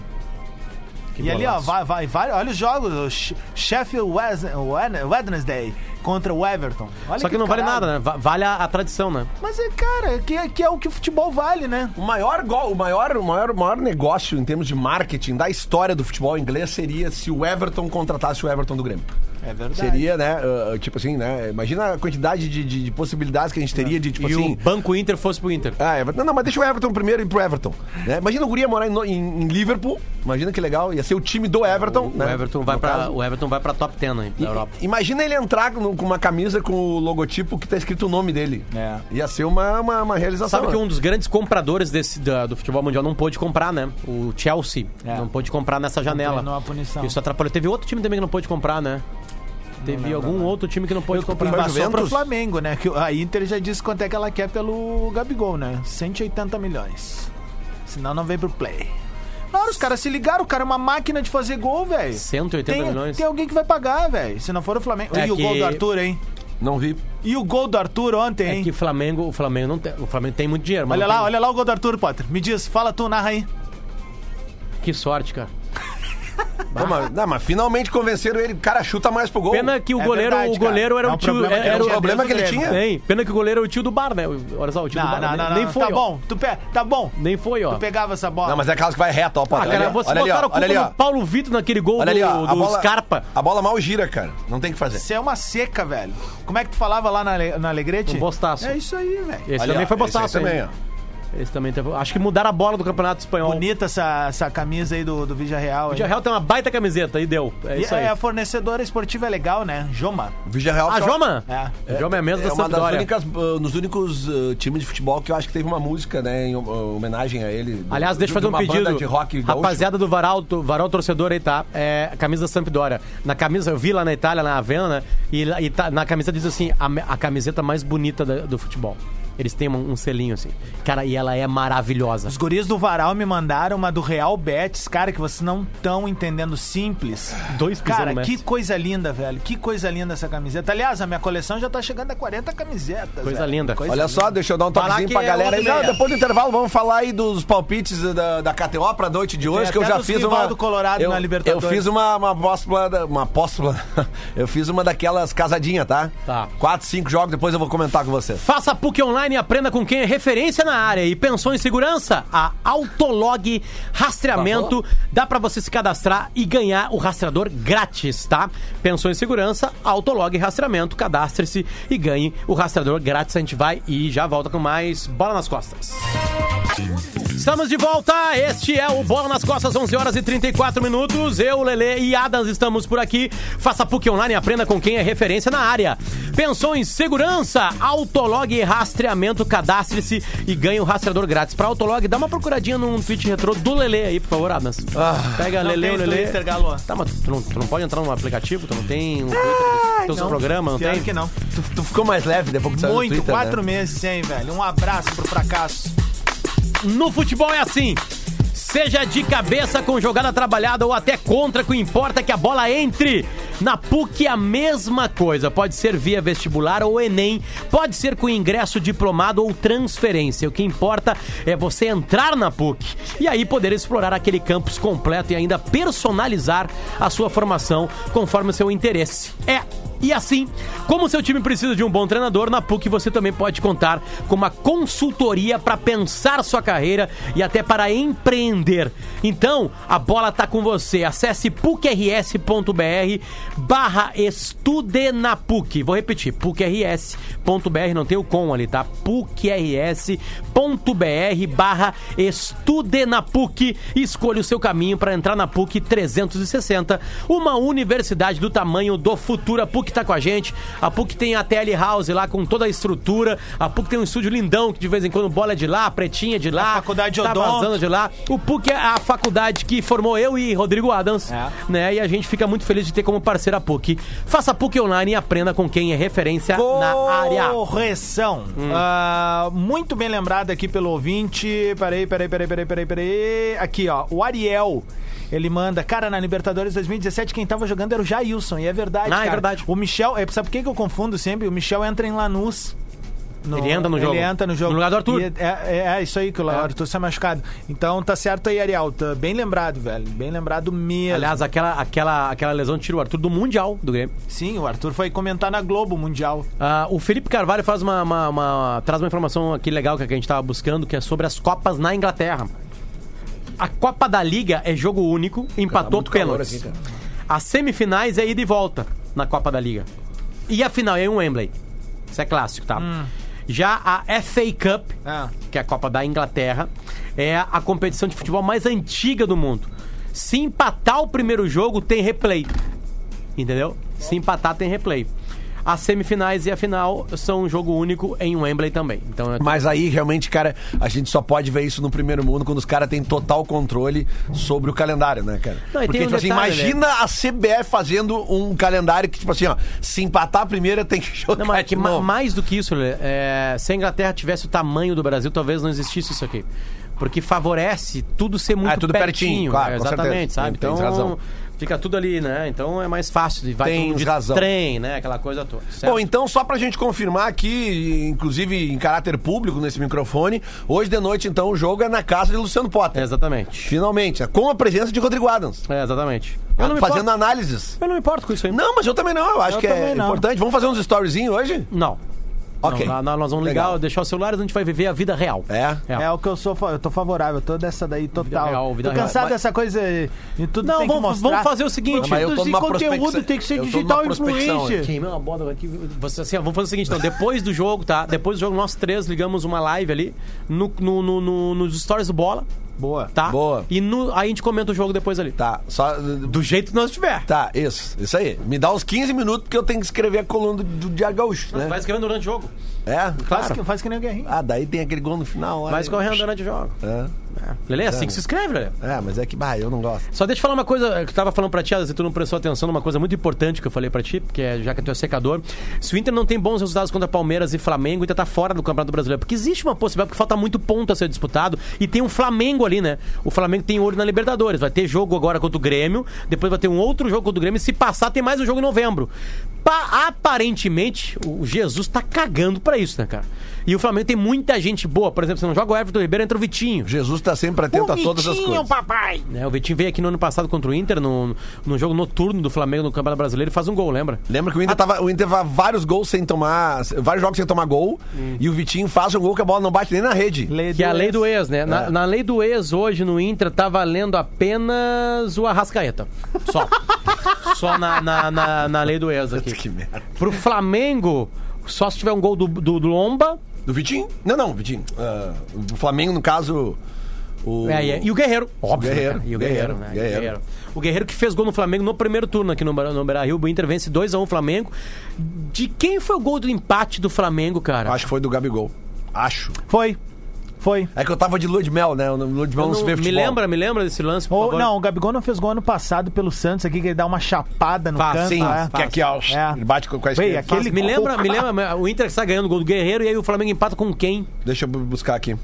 Speaker 6: e ali, ó,
Speaker 1: golaço.
Speaker 6: vai, vai, vai, olha os jogos. o She- Sheffield Wes- Wen- Wednesday contra o Everton. Olha
Speaker 1: Só que não vale
Speaker 6: caralho.
Speaker 1: nada, né? Va- Vale a, a tradição, né?
Speaker 6: Mas, é, cara, que, que é o que o futebol vale, né?
Speaker 4: O maior gol, o maior, o maior, o maior negócio em termos de marketing da história do futebol inglês seria se o Everton contratasse o Everton do Grêmio.
Speaker 6: É verdade.
Speaker 4: Seria, né? uh, tipo assim, né? Imagina a quantidade de, de- de possibilidades que a gente teria de, tipo
Speaker 1: e
Speaker 4: assim.
Speaker 1: o Banco Inter fosse pro Inter.
Speaker 4: Ah, Everton. Não, não, mas deixa o Everton primeiro e ir pro Everton. né? Imagina o Guria morar em, no- em- em Liverpool. Imagina que legal. Ia ser o time do Everton.
Speaker 1: O
Speaker 4: né?
Speaker 1: Everton, vai
Speaker 4: No
Speaker 1: pra,
Speaker 4: caso.
Speaker 1: o Everton vai pra top 10 aí, da Europa.
Speaker 4: I- Imagina ele entrar com com uma camisa com o logotipo que tá escrito o nome dele.
Speaker 6: É.
Speaker 4: Ia ser uma, uma, uma realização.
Speaker 1: Sabe que um dos grandes compradores desse, da- do futebol mundial não pôde comprar, né? O Chelsea.
Speaker 6: É.
Speaker 1: Não pôde comprar nessa janela.
Speaker 6: Não, uma punição.
Speaker 1: Isso atrapalhou. Teve outro time também que não pôde comprar, né? Teve algum outro time que não pôde comprar.
Speaker 4: Foi o
Speaker 6: Passou pro
Speaker 4: Juventus?
Speaker 6: Flamengo, né? Que a Inter já disse quanto é que ela quer pelo Gabigol, né? 180 milhões. Senão não vem pro play. Claro, os caras se ligaram, o cara é uma máquina de fazer gol, velho.
Speaker 1: 180
Speaker 6: tem,
Speaker 1: milhões.
Speaker 6: Tem alguém que vai pagar, velho. Se não for o Flamengo.
Speaker 1: É
Speaker 6: e o gol
Speaker 1: que-
Speaker 6: do Arthur, hein?
Speaker 4: Não vi.
Speaker 6: E o gol do Arthur ontem,
Speaker 1: É
Speaker 6: hein?
Speaker 1: que Flamengo, o Flamengo não tem, o Flamengo tem muito dinheiro, mas
Speaker 6: Olha
Speaker 1: não
Speaker 6: lá,
Speaker 1: tem-
Speaker 6: olha lá o gol do Arthur, Potter. Me diz, fala tu, narra aí.
Speaker 1: que sorte, cara.
Speaker 4: Não, mas, não, mas finalmente convenceram ele. O cara chuta mais pro gol.
Speaker 1: Pena que o
Speaker 6: É
Speaker 1: goleiro,
Speaker 6: verdade,
Speaker 1: o goleiro era
Speaker 6: cara. É
Speaker 1: o
Speaker 6: um
Speaker 1: tio,
Speaker 6: problema que
Speaker 1: era
Speaker 6: ele
Speaker 1: o-
Speaker 6: tinha.
Speaker 4: problema que ele tinha.
Speaker 1: Tem, pena que o goleiro era o tio do bar, né? Olha só, o tio do
Speaker 6: Não,
Speaker 1: bar.
Speaker 6: não,
Speaker 1: né?
Speaker 6: não, não.
Speaker 1: nem foi,
Speaker 6: tá
Speaker 1: ó.
Speaker 6: bom, tu pe... tá bom.
Speaker 1: Nem foi, ó.
Speaker 6: Tu pegava essa bola.
Speaker 4: Não, mas é aquelas que vai reto, ó,
Speaker 1: Ah,
Speaker 4: Potter.
Speaker 1: cara,
Speaker 4: olha,
Speaker 1: vocês
Speaker 4: olha ali,
Speaker 1: botaram
Speaker 4: ó,
Speaker 1: a
Speaker 4: olha
Speaker 1: culpa
Speaker 4: ali, ó.
Speaker 1: no Paulo Vitor naquele gol
Speaker 4: Olha ali, ó.
Speaker 1: do,
Speaker 4: A
Speaker 1: do
Speaker 4: bola,
Speaker 1: Scarpa.
Speaker 4: a bola mal gira, cara. Não tem o que fazer.
Speaker 6: Isso é uma seca, velho. Como é que tu falava lá na, Ale- na Alegrete?
Speaker 1: Um bostaço.
Speaker 6: É isso aí, velho.
Speaker 1: Esse
Speaker 4: Olha,
Speaker 1: também
Speaker 4: ó,
Speaker 1: foi
Speaker 4: esse aí
Speaker 1: bostaço.
Speaker 4: também,
Speaker 1: hein?
Speaker 4: ó.
Speaker 1: Esse também teve- Acho que mudaram a bola do Campeonato Espanhol.
Speaker 6: Bonita essa, essa camisa aí do, do Vigia Real.
Speaker 1: O Dia Então-
Speaker 6: hein?
Speaker 1: Real tem uma baita camiseta e deu. É
Speaker 6: E-
Speaker 1: isso aí.
Speaker 6: é, a fornecedora esportiva é legal, né? Joma.
Speaker 4: O Vigia Real
Speaker 1: A
Speaker 4: só-
Speaker 1: Joma?
Speaker 6: É.
Speaker 1: O Joma é mesmo
Speaker 4: É
Speaker 1: da
Speaker 4: uma das
Speaker 1: Sampdoria.
Speaker 4: únicas, uh, nos únicos uh, times de futebol que eu acho que teve uma música, né, em uh, homenagem a ele. do-
Speaker 1: Aliás, deixa eu
Speaker 4: de
Speaker 1: fazer um
Speaker 4: uma banda
Speaker 1: pedido.
Speaker 4: de rock gaúcho.
Speaker 1: Rapaziada do Varal, do Varal Torcedor aí, tá? É, a camisa da Sampdoria. Na camisa, eu vi lá na Itália, na Havana, e, lá- e tá- na camisa diz assim, a, me- a camiseta mais bonita da- do futebol. Eles têm um, um selinho assim. Cara, e ela é maravilhosa.
Speaker 6: Os guris do Varal me mandaram uma do Real Betis, cara, que vocês não estão entendendo simples.
Speaker 1: Dois pisando
Speaker 6: Cara,
Speaker 1: no
Speaker 6: que
Speaker 1: Messi.
Speaker 6: coisa linda, velho. Que coisa linda essa camiseta. Aliás, a minha coleção já tá chegando a 40 camisetas.
Speaker 1: Coisa
Speaker 6: velho.
Speaker 1: linda.
Speaker 4: Olha só, deixa eu dar um
Speaker 1: Falar
Speaker 4: toquezinho
Speaker 1: que
Speaker 4: pra
Speaker 1: é
Speaker 4: galera aí.
Speaker 1: outra
Speaker 4: Não,
Speaker 1: ideia.
Speaker 4: depois do intervalo, vamos falar aí dos palpites da, da KTO pra noite de hoje,
Speaker 6: até
Speaker 4: que eu já
Speaker 6: dos
Speaker 4: fiz
Speaker 6: rival
Speaker 4: uma.
Speaker 6: do Colorado
Speaker 4: eu,
Speaker 6: na Libertadores.
Speaker 4: Eu fiz uma, uma apóstola. da- Uma apóstola. eu fiz uma daquelas casadinhas, tá?
Speaker 1: Tá.
Speaker 4: Quatro, cinco jogos, depois eu vou comentar com vocês.
Speaker 1: Faça a PUC online e aprenda com quem é referência na área. E pensou em segurança? A Autolog Rastreamento dá pra você se cadastrar e ganhar o rastreador grátis, tá? Pensou em segurança? Autolog Rastreamento, cadastre-se e ganhe o rastreador grátis. A gente vai e já volta com mais bola nas costas. Estamos de volta, este é o Bola nas Costas, 11 horas e 34 minutos. Eu, Lele e Adams estamos por aqui. Faça PUC online e aprenda com quem é referência na área. Pensou em segurança? Autolog e rastreamento, cadastre-se e ganhe o rastreador grátis. Para Autolog, dá uma procuradinha num tweet retrô do Lele aí, por favor, Adams. Pega
Speaker 6: Ah. não
Speaker 1: Lele,
Speaker 6: tem
Speaker 1: o Lele.
Speaker 6: Twitter, Galo.
Speaker 1: Tá, mas tu não, tu não pode entrar num aplicativo, tu não tem um Twitter do teu
Speaker 6: Não,
Speaker 1: programa, não
Speaker 6: pior
Speaker 1: tem?
Speaker 6: que não.
Speaker 4: Tu, tu ficou mais leve depois que tu saiu do
Speaker 6: Muito,
Speaker 4: Twitter, né?
Speaker 6: quatro meses sem, velho. Um abraço pro fracasso.
Speaker 1: No futebol é assim. Seja de cabeça com jogada trabalhada ou até contra, que importa é que a bola entre. Na PUC é a mesma coisa. Pode ser via vestibular ou Enem. Pode ser com ingresso diplomado ou transferência. O que importa é você entrar na PUC e aí poder explorar aquele campus completo e ainda personalizar a sua formação conforme o seu interesse. É e assim, como seu time precisa de um bom treinador, na PUC você também pode contar com uma consultoria para pensar sua carreira e até para empreender. Então, a bola tá com você. Acesse pucrs.br barra estude na PUC. Vou repetir, pucrs.br, não tem o com ali, tá? pucrs.br barra estude na PUC. E Escolha o seu caminho para entrar na PUC 360, uma universidade do tamanho do futuro. A PUC tá com a gente. A PUC tem a TL House lá com toda a estrutura. A PUC tem um estúdio lindão que de vez em quando bola é de lá, a pretinha é de lá.
Speaker 6: faculdade de
Speaker 1: tá
Speaker 6: odonto.
Speaker 1: vazando de lá. O PUC é a faculdade que formou eu e Rodrigo Adams,
Speaker 6: É.
Speaker 1: né? E a gente fica muito feliz de ter como parceira a PUC. Faça a PUC online e aprenda com quem é referência na área. Hum.
Speaker 6: Correção. Ah, muito bem lembrado aqui pelo ouvinte. Peraí, peraí, peraí, peraí, peraí, peraí. Aqui, ó. O Ariel. Ele manda, cara, na Libertadores 2017 quem tava jogando era o Jailson, e é verdade,
Speaker 1: Ah, é
Speaker 6: cara.
Speaker 1: verdade.
Speaker 6: O Michel, é, sabe por que que eu confundo sempre? O Michel entra em Lanús. no-
Speaker 1: Ele entra no jogo.
Speaker 6: Ele entra no jogo.
Speaker 1: No lugar do Arthur.
Speaker 6: E é, é- é isso aí, que o Arthur se é machucado. Então tá certo aí, Ariel. Tá bem lembrado, velho. Bem lembrado mesmo.
Speaker 1: Aliás, aquela, aquela, aquela lesão tira o Arthur do Mundial do Grêmio.
Speaker 6: Sim, o Arthur foi comentar na Globo Mundial.
Speaker 1: Ah, o Felipe Carvalho faz uma, uma- uma- traz uma informação aqui legal que a gente estava buscando, que é sobre as Copas na Inglaterra. A Copa da Liga é jogo único, empatou
Speaker 4: muito calor
Speaker 1: pênaltis.
Speaker 4: aqui,
Speaker 1: As semifinais é ida e volta na Copa da Liga. E a final é em Wembley. Isso é clássico, tá? Já a FA Cup,
Speaker 6: Ah.
Speaker 1: que é a Copa da Inglaterra, é a competição de futebol mais antiga do mundo. Se empatar o primeiro jogo, tem replay. Entendeu? Se empatar, tem replay. As semifinais e a final são um jogo único em Wembley também. Então é
Speaker 4: Mas aí, realmente, cara, a gente só pode ver isso no primeiro mundo quando os caras têm total controle sobre o calendário, né, cara?
Speaker 1: Não, e
Speaker 4: Porque,
Speaker 1: tem um
Speaker 4: tipo assim,
Speaker 1: detalhe,
Speaker 4: imagina a CBF fazendo um calendário que, tipo assim, ó, se empatar a primeira tem que jogar
Speaker 1: Não, mas é que
Speaker 4: de
Speaker 1: ma-
Speaker 4: novo.
Speaker 1: mais do que isso, Lê, é, se a Inglaterra tivesse o tamanho do Brasil, talvez não existisse isso aqui. Porque favorece tudo ser muito
Speaker 4: Ah, tudo pertinho, claro,
Speaker 1: é,
Speaker 4: com
Speaker 1: exatamente,
Speaker 4: certeza.
Speaker 1: sabe? Então,
Speaker 4: Tem- tem razão.
Speaker 1: Fica tudo ali, né? Então é mais fácil. Vai
Speaker 4: Tem
Speaker 1: tudo de
Speaker 4: razão.
Speaker 1: trem, né? Aquela coisa toda. certo?
Speaker 4: Bom, então só pra gente confirmar aqui, inclusive em caráter público nesse microfone, hoje de noite então o jogo é na casa de Luciano Potter.
Speaker 1: É, Exatamente.
Speaker 4: Finalmente, né? com a presença de Rodrigo Adams.
Speaker 1: É, exatamente.
Speaker 4: fazendo
Speaker 1: importo,
Speaker 4: análises.
Speaker 1: eu não me importo com isso aí.
Speaker 4: Não, mas eu também não, eu acho
Speaker 6: Eu
Speaker 4: que é
Speaker 6: também não.
Speaker 4: importante. Vamos fazer uns storyzinhos hoje?
Speaker 1: Não.
Speaker 4: Ok.
Speaker 1: Não, lá- lá nós vamos ligar,
Speaker 4: Legal.
Speaker 1: deixar os celulares, a gente vai viver a vida real.
Speaker 4: É.
Speaker 1: É.
Speaker 6: É o que eu sou, fa- eu tô favorável, eu tô dessa daí total.
Speaker 1: real, vida
Speaker 6: tô cansado
Speaker 4: real.
Speaker 6: dessa coisa e tudo
Speaker 1: Não,
Speaker 6: tem que
Speaker 1: vamos,
Speaker 6: mostrar.
Speaker 1: vamos fazer o seguinte.
Speaker 4: Mas eu tô
Speaker 6: Produzir
Speaker 4: numa
Speaker 6: conteúdo
Speaker 4: prospecção-
Speaker 6: tem que ser
Speaker 4: eu tô
Speaker 6: digital
Speaker 4: numa prospecção
Speaker 6: influencer.
Speaker 1: Queimei uma bola aqui. Você, assim, ó, vamos fazer o seguinte, então. Depois do jogo, tá? Depois do jogo, nós três ligamos uma live ali no, no, no- no- nos stories do Bola,
Speaker 6: Boa.
Speaker 1: tá?
Speaker 4: Boa.
Speaker 1: E no, aí a gente comenta o jogo depois ali.
Speaker 4: Tá, só.
Speaker 1: Do jeito que nós tiver.
Speaker 4: Tá, isso, isso aí. Me dá uns 15 minutos porque eu tenho que escrever a coluna do, do Diário Gaúcho, né?
Speaker 1: Vai escrevendo durante o jogo.
Speaker 4: É,
Speaker 6: Faz,
Speaker 4: claro.
Speaker 6: que, faz que nem o Guerrinho.
Speaker 4: Ah, daí tem aquele gol no final. olha.
Speaker 1: Vai escorrendo durante o jogo.
Speaker 4: É,
Speaker 1: Lele, é assim que se escreve, Lele.
Speaker 4: é, mas é que, bah, eu não gosto.
Speaker 1: Só deixa eu falar uma coisa que eu tava falando pra ti, se tu não prestou atenção numa coisa muito importante que eu falei pra ti, porque é- já que tu é secador. Se o Inter não tem bons resultados contra Palmeiras e Flamengo, o Inter tá fora do Campeonato Brasileiro. Porque existe uma possibilidade, porque falta muito ponto a ser disputado. E tem um Flamengo ali, né? O Flamengo tem olho na Libertadores. Vai ter jogo agora contra o Grêmio, depois vai ter um outro jogo contra o Grêmio. E se passar, tem mais um jogo em novembro. Pa- aparentemente, o Jesus tá cagando pra isso, né, cara? E o Flamengo tem muita gente boa. Por exemplo, você não joga o Everton Ribeiro, entra o Vitinho
Speaker 4: Jesus tá sempre atento a todas as coisas.
Speaker 1: papai! É, o Vitinho veio aqui no ano passado contra o Inter, no, no jogo noturno do Flamengo no Campeonato Brasileiro, e faz um gol, lembra?
Speaker 4: Lembra que o Inter tava, o Inter tava vários gols sem tomar, vários jogos sem tomar gol,
Speaker 1: Hum.
Speaker 4: e o Vitinho faz um gol que a bola não bate nem na rede.
Speaker 1: que é a lei do ex, né? Na, na lei do ex, hoje no Inter, tá valendo apenas o Arrascaeta. Só. Só na, na, na, na lei do ex
Speaker 4: Que
Speaker 1: aqui.
Speaker 4: merda.
Speaker 1: Pro Flamengo, só se tiver um gol do, do, do Lomba
Speaker 4: Do Vitinho? Não, não, Vitinho. Ah, do Flamengo, no caso, o...
Speaker 1: é, e é- e o Guerreiro. Óbvio, né,
Speaker 4: Guerreiro,
Speaker 1: cara? E o
Speaker 4: Guerreiro,
Speaker 1: Guerreiro, né? E o
Speaker 4: Guerreiro.
Speaker 1: Guerreiro. O Guerreiro que fez gol no Flamengo no primeiro turno aqui no, Beira- no Beira-Rio. O Inter vence 2x1 o Flamengo. De quem foi o gol do empate do Flamengo, cara?
Speaker 4: Acho que foi do Gabigol. Acho.
Speaker 6: Foi. Foi.
Speaker 4: É que eu tava de lua de mel, né? O Lua de mel
Speaker 1: Eu
Speaker 4: não, se
Speaker 1: não-
Speaker 4: vê
Speaker 1: me
Speaker 4: futebol.
Speaker 1: lembra, me lembra desse lance, por
Speaker 6: Ou,
Speaker 1: favor.
Speaker 6: Oh, não, o Gabigol não fez gol ano passado pelo Santos aqui, que ele dá uma chapada no
Speaker 1: Faz,
Speaker 6: canto.
Speaker 4: Ah, Sim,
Speaker 6: né?
Speaker 4: que aqui, ó.
Speaker 6: É.
Speaker 4: Ele bate com com a
Speaker 6: Bem,
Speaker 4: esquerda.
Speaker 6: aquele-
Speaker 1: Mas me
Speaker 6: gol.
Speaker 1: lembra, me lembra, o Inter que está ganhando o gol do Guerreiro e aí o Flamengo empata com quem?
Speaker 4: Deixa eu buscar aqui.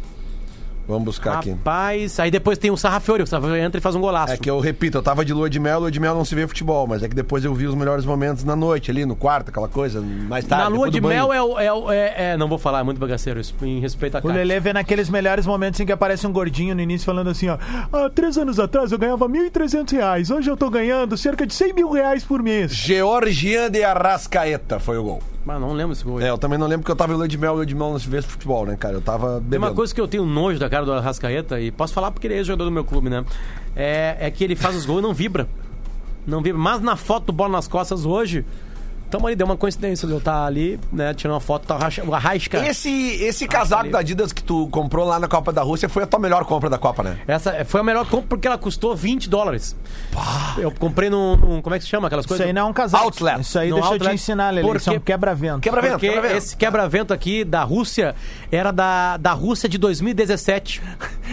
Speaker 4: Vamos buscar Tá aqui.
Speaker 1: Rapaz, aí depois tem o Sarrafiori, o Sarrafiori entra e faz um golaço.
Speaker 4: É que eu repito, eu tava de lua de mel, lua de mel não se vê futebol, mas é que depois eu vi os melhores momentos na noite, ali no quarto, aquela coisa, mais tarde.
Speaker 1: Na lua
Speaker 4: depois
Speaker 1: de
Speaker 4: do banho.
Speaker 1: mel é o. É, o- é- é- não vou falar, é muito bagaceiro isso, em respeito à
Speaker 6: O
Speaker 1: cara.
Speaker 6: Lelê vê naqueles melhores momentos em que aparece um gordinho no início falando assim, ó. Há três anos atrás eu ganhava 1.300 reais, hoje eu tô ganhando cerca de 100 mil reais por mês.
Speaker 4: Georgian de Arrascaeta foi o gol.
Speaker 1: Mas não lembro esse gol. aí.
Speaker 4: É, eu também não lembro porque eu tava em lua de mel, lua de mel não se vê futebol, né, cara? Eu tava
Speaker 1: Tem
Speaker 4: bebendo.
Speaker 1: uma coisa que eu tenho nojo da cara do Arrascaeta, e posso falar porque ele é ex-jogador do meu clube, né? É, é que ele faz os gols e não vibra. Não vibra. Mas na foto do Bola nas Costas hoje, tamo ali, deu uma coincidência de eu estar ali, né, tirando uma foto, tá o Arrasca- o Arrasca.
Speaker 4: Esse,
Speaker 1: Ah,
Speaker 4: esse casaco da Adidas que tu comprou lá na Copa da Rússia foi a tua melhor compra da Copa, né?
Speaker 1: Essa é, foi a melhor compra porque ela custou 20 dólares. Eu comprei num, num- Como é que se chama aquelas
Speaker 6: Isso
Speaker 1: coisas?
Speaker 6: aí não é um casal.
Speaker 4: Outlet.
Speaker 6: Isso aí
Speaker 1: No
Speaker 6: deixa eu
Speaker 1: outlet.
Speaker 6: te ensinar, Lelê.
Speaker 1: Por
Speaker 6: Isso é um
Speaker 1: quê?
Speaker 6: quebra-vento.
Speaker 4: Quebra-vento,
Speaker 1: Porque
Speaker 4: quebra-vento.
Speaker 1: esse quebra-vento aqui da Rússia era da, da Rússia de 2017,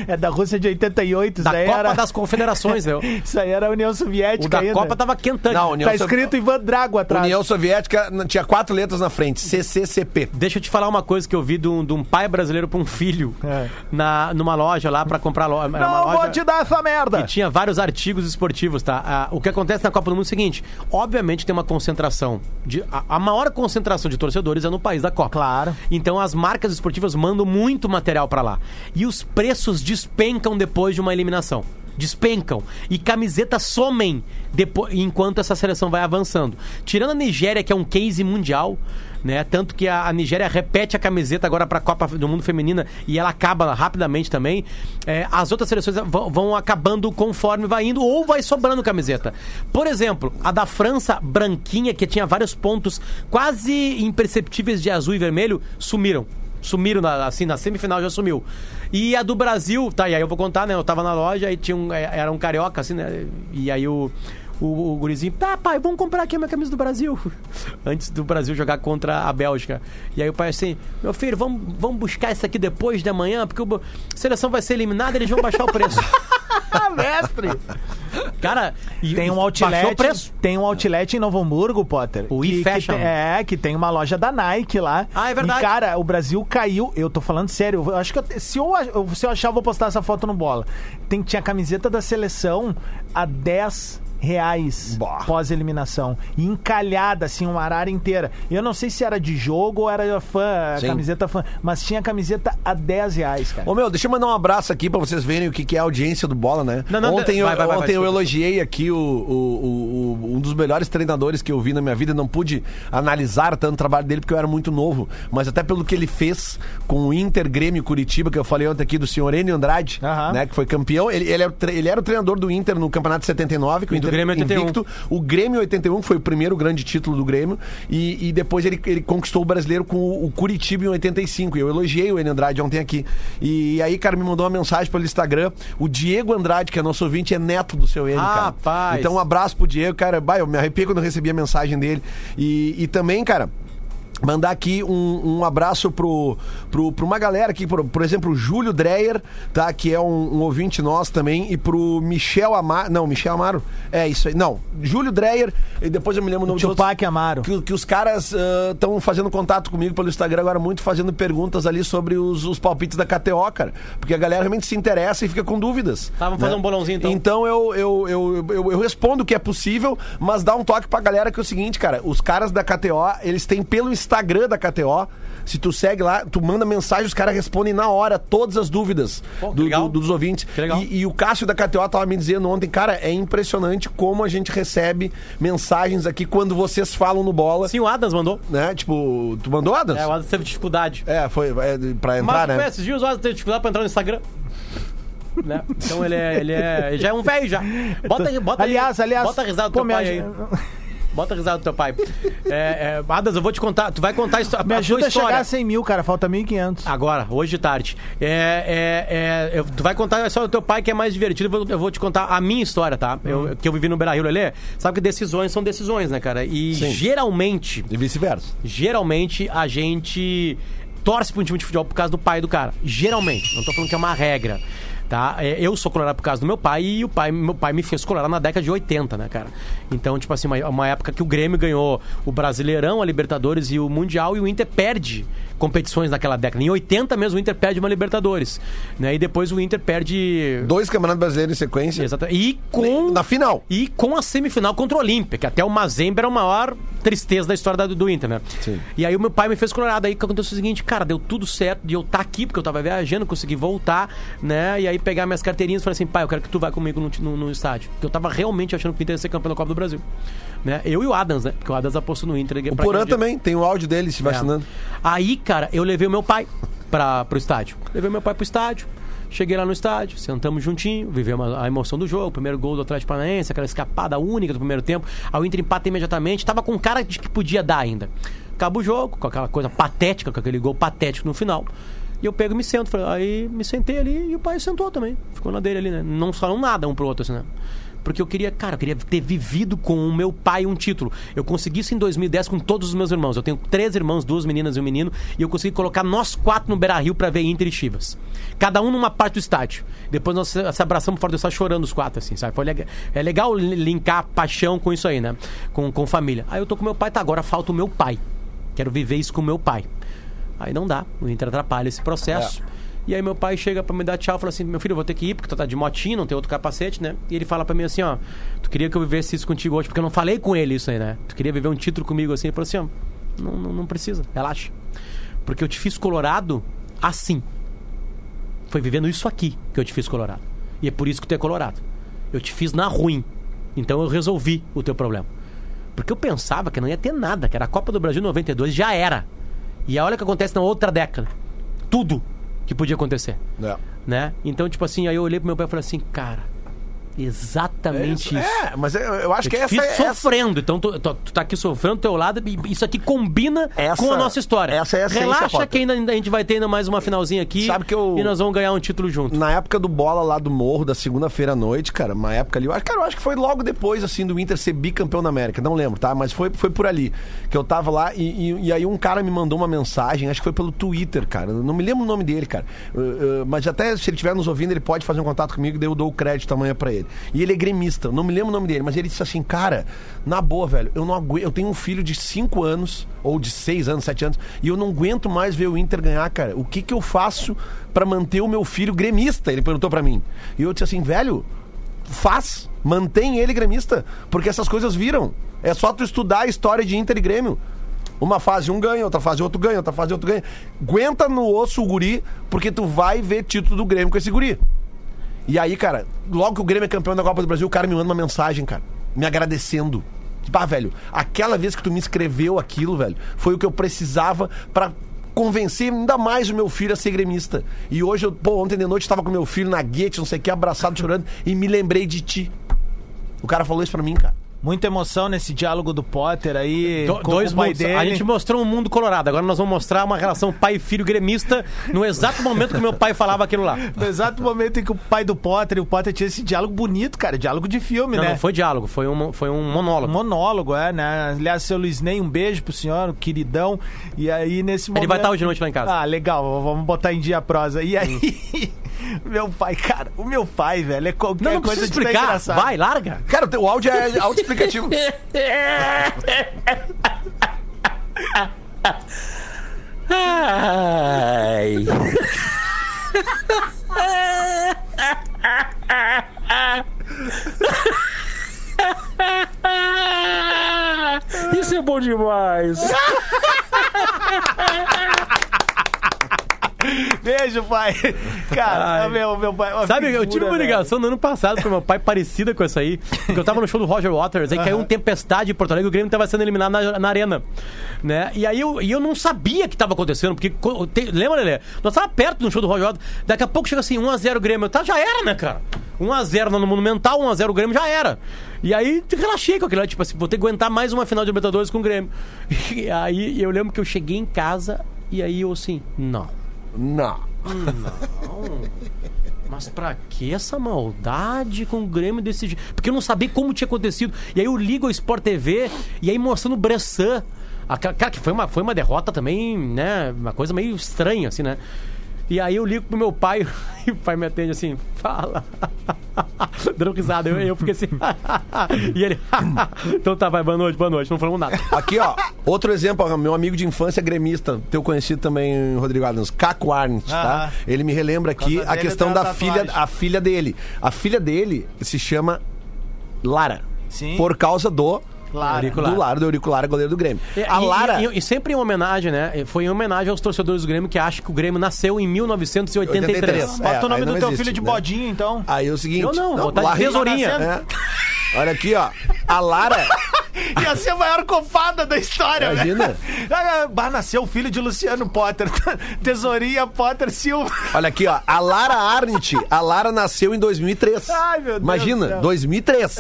Speaker 6: É da Rússia de 88,
Speaker 1: da
Speaker 6: isso aí
Speaker 1: Copa
Speaker 6: era...
Speaker 1: das Confederações, meu.
Speaker 6: Isso é aí era a União Soviética
Speaker 1: O da
Speaker 6: ainda.
Speaker 1: Copa tava Kentucky.
Speaker 4: Não, União
Speaker 6: Tá escrito Ivan Drago atrás.
Speaker 4: União Soviética n- tinha quatro letras na frente, CCCP.
Speaker 1: Deixa eu te falar uma coisa que eu vi de um, de um pai brasileiro pra um filho
Speaker 6: É.
Speaker 1: na, numa loja lá pra comprar loja.
Speaker 6: Não vou te dar essa merda.
Speaker 1: E tinha vários artigos esportivos, tá? Ah, o que acontece na Copa do Mundo é o seguinte: obviamente tem uma concentração. De, a, a maior concentração de torcedores é no país da Copa.
Speaker 6: Claro.
Speaker 1: Então as marcas esportivas mandam muito material pra lá. E os preços despencam depois de uma eliminação. Despencam. E camisetas somem depois, enquanto essa seleção vai avançando. Tirando a Nigéria, que é um case mundial, né? Tanto que a, a Nigéria repete a camiseta agora pra Copa do Mundo Feminina e ela acaba rapidamente também. É, as outras seleções vão, vão acabando conforme vai indo ou vai sobrando camiseta. Por exemplo, a da França, branquinha, que tinha vários pontos quase imperceptíveis de azul e vermelho, sumiram. Sumiram na, assim, na semifinal já sumiu. E a do Brasil, tá, e aí eu vou contar, né? Eu tava na loja e tinha um. é, Era um carioca, assim, né? E aí o. O, o gurizinho, tá, pai, vamos comprar aqui a minha camisa do Brasil. Antes do Brasil jogar contra a Bélgica. E aí o pai assim, meu filho, vamos, vamos buscar isso aqui depois de amanhã, porque o Bo- a seleção vai ser eliminada eles vão baixar o preço.
Speaker 6: Ah, mestre.
Speaker 1: Cara, e-
Speaker 6: Tem um
Speaker 1: baixou
Speaker 6: outlet,
Speaker 1: o preço.
Speaker 6: tem um outlet em Novo Hamburgo, Potter.
Speaker 1: O
Speaker 6: que- que
Speaker 1: e-fashion.
Speaker 6: tem- É, que tem uma loja da Nike lá.
Speaker 1: Ah, é verdade.
Speaker 6: E, cara, o Brasil caiu. Eu tô falando sério. Eu acho que eu- se, eu, eu- se eu achar, eu vou postar essa foto no bola. Tem, tinha a camiseta da seleção a 10 reais
Speaker 4: Bah.
Speaker 6: pós-eliminação. E encalhada, assim, uma arara inteira. Eu não sei se era de jogo ou era fã,
Speaker 4: Sim.
Speaker 6: camiseta fã, mas tinha camiseta a 10 reais, cara.
Speaker 4: Ô meu, deixa eu mandar um abraço aqui pra vocês verem o que, que é a audiência do Bola, né?
Speaker 1: Não, não,
Speaker 4: ontem eu,
Speaker 1: vai, vai, vai,
Speaker 4: ontem eu
Speaker 1: desculpa.
Speaker 4: elogiei aqui o, o- o- o- um dos melhores treinadores que eu vi na minha vida. Não pude analisar tanto o trabalho dele porque eu era muito novo. Mas até pelo que ele fez com o Inter Grêmio Curitiba, que eu falei ontem aqui do senhor Enio Andrade,
Speaker 6: Aham.
Speaker 4: né? Que foi campeão. Ele, ele, era, o tre- ele era o treinador do Inter no Campeonato de 79, que o
Speaker 1: E do
Speaker 4: Inter
Speaker 1: Grêmio 81.
Speaker 4: invicto. O Grêmio 81 foi o primeiro grande título do Grêmio e, e depois ele, ele conquistou o brasileiro com o, o Curitiba em 85. E eu elogiei o Enio Andrade ontem aqui. E aí, cara, me mandou uma mensagem pelo Instagram. O Diego Andrade, que é nosso ouvinte, é neto do seu Enio, cara.
Speaker 1: Rapaz.
Speaker 4: Então, um abraço pro Diego, cara. Bah, eu me arrepiei quando eu recebi a mensagem dele. E, e também, cara. Mandar aqui um, um abraço pro, pro, pra uma galera aqui, por, por exemplo, o Júlio Dreyer, tá? Que é um, um ouvinte nosso também, e pro Michel Amaro. Não, Michel Amaro. É isso aí. Não, Júlio Dreyer, e depois eu me lembro o nome dos outros
Speaker 6: Tupac Amaro.
Speaker 4: que, que os caras estão fazendo contato comigo pelo Instagram agora muito, fazendo perguntas ali sobre os, os palpites da KTO, cara. Porque a galera realmente se interessa e fica com dúvidas.
Speaker 1: Tá, vamos fazer um bolãozinho, então.
Speaker 4: Então eu, eu, eu, eu, eu respondo que é possível, mas dá um toque pra galera que é o seguinte, cara. Os caras da KTO, eles têm pelo Instagram da KTO. Se tu segue lá, tu manda mensagem, os caras respondem na hora todas as dúvidas
Speaker 1: Pô, que
Speaker 4: do-
Speaker 1: legal.
Speaker 4: do- dos ouvintes.
Speaker 1: Que legal.
Speaker 4: E- e o Cássio da KTO tava me dizendo ontem, cara, é impressionante como a gente recebe mensagens aqui quando vocês falam no bola.
Speaker 1: Sim, assim, o Adams mandou.
Speaker 4: Né? Tipo, tu mandou, Adams?
Speaker 1: É, o Adams teve dificuldade.
Speaker 4: É, foi é,
Speaker 1: Mas
Speaker 4: pra entrar,
Speaker 1: foi assim.
Speaker 4: né?
Speaker 1: esses dias, o Adams teve dificuldade pra entrar no Instagram. Né? Então ele é, ele é. ele Já é um velho já. Bota, aí- bota aí-
Speaker 6: aliás, aliás.
Speaker 1: Bota a risada do
Speaker 6: pô,
Speaker 1: teu
Speaker 6: me
Speaker 1: pai aí.
Speaker 6: aj-
Speaker 1: Bota a risada do teu pai. É, é, Adams, eu vou te contar. Tu vai contar a, histó- a
Speaker 6: Me
Speaker 1: tua
Speaker 6: ajuda a
Speaker 1: história.
Speaker 6: chegar assim.
Speaker 1: Ah,
Speaker 6: a 100 mil, cara. Falta 1.500.
Speaker 1: Agora, hoje de tarde. É, é, é, eu- tu vai contar a história do teu pai que é mais divertido. Eu vou, eu vou te contar a minha história, tá?
Speaker 6: Uhum.
Speaker 1: Eu- que eu vivi no Beira Rio, Lelê. Sabe que decisões são decisões, né, cara? E
Speaker 4: Sim.
Speaker 1: geralmente,
Speaker 4: E vice-versa.
Speaker 1: geralmente a gente torce pra um time de futebol por causa do pai do cara. Geralmente. Não tô falando que é uma regra. Tá? É, Eu sou colorado por causa do meu pai e o pai, meu pai me fez colorar na década de 80, né, cara? Então, tipo assim, uma, uma época que o Grêmio ganhou o Brasileirão, a Libertadores e o Mundial e o Inter perde competições naquela década. Em 80 mesmo o Inter perde uma Libertadores. Né? E depois o Inter perde.
Speaker 4: Dois campeonatos brasileiros em sequência.
Speaker 1: Exatamente. E com.
Speaker 4: Na final.
Speaker 1: E com a semifinal contra o Olímpia, que até o Mazembe era a maior tristeza da história da- do Inter, né?
Speaker 4: Sim.
Speaker 1: E aí o meu pai me fez colorado. Aí que aconteceu o seguinte, cara, deu tudo certo de eu estar aqui, porque eu tava viajando, consegui voltar, né? E aí pegar minhas carteirinhas e falei assim, pai, eu quero que tu vá comigo no, ti- no- no estádio. Porque eu tava realmente achando que o Inter ia ser campeão da Copa do Brasil. Né? Eu e o Adams, né? Porque o Adams apostou no Inter.
Speaker 4: O Porã também, tem o áudio dele
Speaker 1: É.
Speaker 4: se vacinando.
Speaker 1: Aí, cara, eu levei o meu pai pra, pro estádio. Levei meu pai pro estádio. Cheguei lá no estádio, sentamos juntinho, vivemos a emoção do jogo, primeiro gol do Atlético Paranaense, aquela escapada única do primeiro tempo. Aí o Inter empata imediatamente, tava com cara de que podia dar ainda. Acaba o jogo, com aquela coisa patética, com aquele gol patético no final. E eu pego e me sento. falei, Aí me sentei ali e o pai sentou também. Ficou na dele ali, né? Não falaram nada um pro outro, assim, né? Porque eu queria, cara, eu queria ter vivido com o meu pai um título. Eu consegui isso em 2010 com todos os meus irmãos. Eu tenho três irmãos, duas meninas e um menino, e eu consegui colocar nós quatro no Beira-Rio pra ver Inter e Chivas. Cada um numa parte do estádio. Depois nós se se abraçamos fora do estádio chorando os quatro, assim, sabe? Foi lega- É legal li- linkar paixão com isso aí, né? Com, com família. Aí eu tô com meu pai, tá, agora falta o meu pai. Quero viver isso com meu pai. Aí não dá, o Inter atrapalha esse processo. E aí meu pai chega pra me dar tchau e fala assim: "Meu filho, eu vou ter que ir porque tu tá de motinho, não tem outro capacete, né?" E ele fala pra mim assim, ó: "Tu queria que eu vivesse isso contigo hoje porque eu não falei com ele isso aí, né? Tu queria viver um título comigo assim?" Ele falou assim: "Ó, não, não, não precisa, relaxa. Porque eu te fiz colorado assim. Foi vivendo isso aqui que eu te fiz colorado. E é por isso que tu é colorado. Eu te fiz na ruim. Então eu resolvi o teu problema. Porque eu pensava que não ia ter nada, que era a Copa do Brasil 92 já era. E aí olha o que acontece na outra década. Tudo que podia acontecer,
Speaker 4: É.
Speaker 1: né? Então, tipo assim, aí eu olhei pro meu pai e falei assim, cara, exatamente isso.
Speaker 4: É, mas eu, eu acho que
Speaker 1: Eu te
Speaker 4: essa
Speaker 1: fiz
Speaker 4: é. essa-
Speaker 1: sofrendo, então tu, tu, tu tá aqui sofrendo do teu lado e isso aqui combina
Speaker 4: Essa-
Speaker 1: com a nossa história.
Speaker 4: essa é a essência,
Speaker 1: Relaxa
Speaker 4: Potter.
Speaker 1: que ainda, ainda a gente vai ter ainda mais uma finalzinha aqui
Speaker 4: Sabe que eu-
Speaker 1: e nós vamos ganhar um título junto.
Speaker 4: Na época do bola lá do Morro, da segunda-feira à noite, cara, uma época ali. eu acho- Cara, eu acho que foi logo depois, assim, do Inter ser bicampeão da América. Não lembro, tá? Mas foi, foi por ali. Que eu tava lá e, e- e aí um cara me mandou uma mensagem, acho que foi pelo Twitter, cara. eu Não me lembro o nome dele, cara. Uh, uh, mas até se ele estiver nos ouvindo, ele pode fazer um contato comigo, daí eu dou o crédito amanhã pra ele. E ele é gremista, eu não me lembro o nome dele, mas ele disse assim, cara, na boa, velho, eu não aguento. Eu tenho um filho de 5 anos, ou de 6 anos, 7 anos, e eu não aguento mais ver o Inter ganhar, cara. O que que eu faço pra manter o meu filho gremista? Ele perguntou pra mim. E eu disse assim, velho, faz, mantém ele gremista, porque essas coisas viram. É só tu estudar a história de Inter e Grêmio. Uma fase um ganha, outra fase outro ganha, outra fase outro ganha. Aguenta no osso o guri, porque tu vai ver título do Grêmio com esse guri. E aí, cara, logo que o Grêmio é campeão da Copa do Brasil, o cara me manda uma mensagem, cara, me agradecendo. Bah, velho, aquela vez que tu me escreveu aquilo, velho, foi o que eu precisava pra convencer ainda mais o meu filho a ser gremista. E hoje, eu, pô, ontem de noite eu tava com meu filho na guete, não sei o que, abraçado, chorando, e me lembrei de ti. O cara falou isso pra mim, cara.
Speaker 6: Muita emoção nesse diálogo do Potter aí.
Speaker 1: Do-
Speaker 6: com
Speaker 1: dois
Speaker 6: o pai
Speaker 1: mundos.
Speaker 6: dele.
Speaker 1: A gente mostrou um mundo colorado. Agora nós vamos mostrar uma relação pai e filho gremista no exato momento que meu pai falava aquilo lá.
Speaker 4: Né?
Speaker 6: No exato momento em que o pai do Potter e o Potter tinha esse diálogo bonito, cara. Diálogo de filme,
Speaker 1: Não,
Speaker 6: né?
Speaker 1: não foi diálogo, foi um, foi um monólogo.
Speaker 6: Monólogo, é, né? Aliás, seu Luiz Ney, um beijo pro senhor, um queridão. E aí, nesse momento.
Speaker 1: Ele vai estar hoje de noite lá em casa.
Speaker 6: Ah, legal, vamos botar em dia a prosa. E aí, meu pai, cara, o meu pai, velho, é qualquer
Speaker 1: Não, não
Speaker 6: coisa
Speaker 1: precisa
Speaker 6: de tão
Speaker 1: explicar.
Speaker 6: engraçado.
Speaker 1: Vai, larga.
Speaker 4: Cara, o teu áudio é autoexplicativo.
Speaker 7: Ai. Isso é bom demais.
Speaker 6: Beijo, pai. Cara,
Speaker 1: Ai.
Speaker 6: meu, meu pai.
Speaker 1: Sabe, eu tive uma ligação no ano passado pro meu pai parecida com essa aí. Que eu tava no show do Roger Waters, aí caiu uma tempestade em Porto Alegre, o Grêmio tava sendo eliminado na, na arena. Né? E aí eu, e eu não sabia o que tava acontecendo, porque. co- te- lembra, Lelê? Nós tava perto do show do Roger Waters, daqui a pouco chega assim, 1x0 o Grêmio. Eu, Tá, já era, né, cara? 1x0 no Monumental, 1x0 o Grêmio já era. E aí relaxei com aquilo, tipo assim, vou ter que aguentar mais uma final de Libertadores com o Grêmio. E aí eu lembro que eu cheguei em casa e aí eu assim, não.
Speaker 4: Não.
Speaker 1: Mas pra que essa maldade com o Grêmio desse jeito? Porque eu não sabia como tinha acontecido. E aí eu ligo ao Sport TV e aí mostrando o Bressan. Aquela, cara, que foi uma, foi uma derrota também, né? Uma coisa meio estranha, assim, né? E aí eu ligo pro meu pai e o pai me atende assim, fala. Dando risada, eu, eu fiquei assim. e ele, então tá, vai, boa noite, boa noite. Não falamos nada.
Speaker 4: Aqui, ó, outro exemplo, ó, meu amigo de infância gremista, teu conhecido também, Rodrigo Adams, Caco Arndt, tá?
Speaker 1: Ah.
Speaker 6: Aham.
Speaker 4: Ele me relembra aqui
Speaker 6: causa
Speaker 4: a
Speaker 6: dele
Speaker 4: questão
Speaker 6: da
Speaker 4: da filha,
Speaker 6: tatuagem.
Speaker 4: a filha dele. A filha dele se chama Lara.
Speaker 6: Sim.
Speaker 4: Por causa do
Speaker 6: Lara.
Speaker 4: do Lara, do auricular, goleiro do Grêmio. a
Speaker 1: E- e-
Speaker 4: Lara,
Speaker 1: E, e sempre em homenagem, né? Foi em homenagem aos torcedores do Grêmio que acham que o Grêmio nasceu em 1983.
Speaker 4: 83.
Speaker 6: Bota
Speaker 4: É,
Speaker 6: o nome
Speaker 4: aí
Speaker 6: do
Speaker 4: não
Speaker 6: teu
Speaker 4: existe,
Speaker 6: filho de
Speaker 4: né?
Speaker 6: bodinho, então.
Speaker 4: aí é o seguinte,
Speaker 1: Eu não, vou botar de
Speaker 4: Lara-
Speaker 1: tesourinha.
Speaker 4: É. Olha aqui, ó. A Lara,
Speaker 6: Ia ser a maior cofada da história, velho.
Speaker 4: Imagina.
Speaker 6: Ah, Bah, nasceu o filho de Luciano Potter. Tesourinha Potter Silva.
Speaker 4: olha aqui, ó. A Lara Arndt, a Lara nasceu em 2003.
Speaker 6: Ai, meu Deus do
Speaker 4: Imagina,
Speaker 6: céu.
Speaker 4: 2003.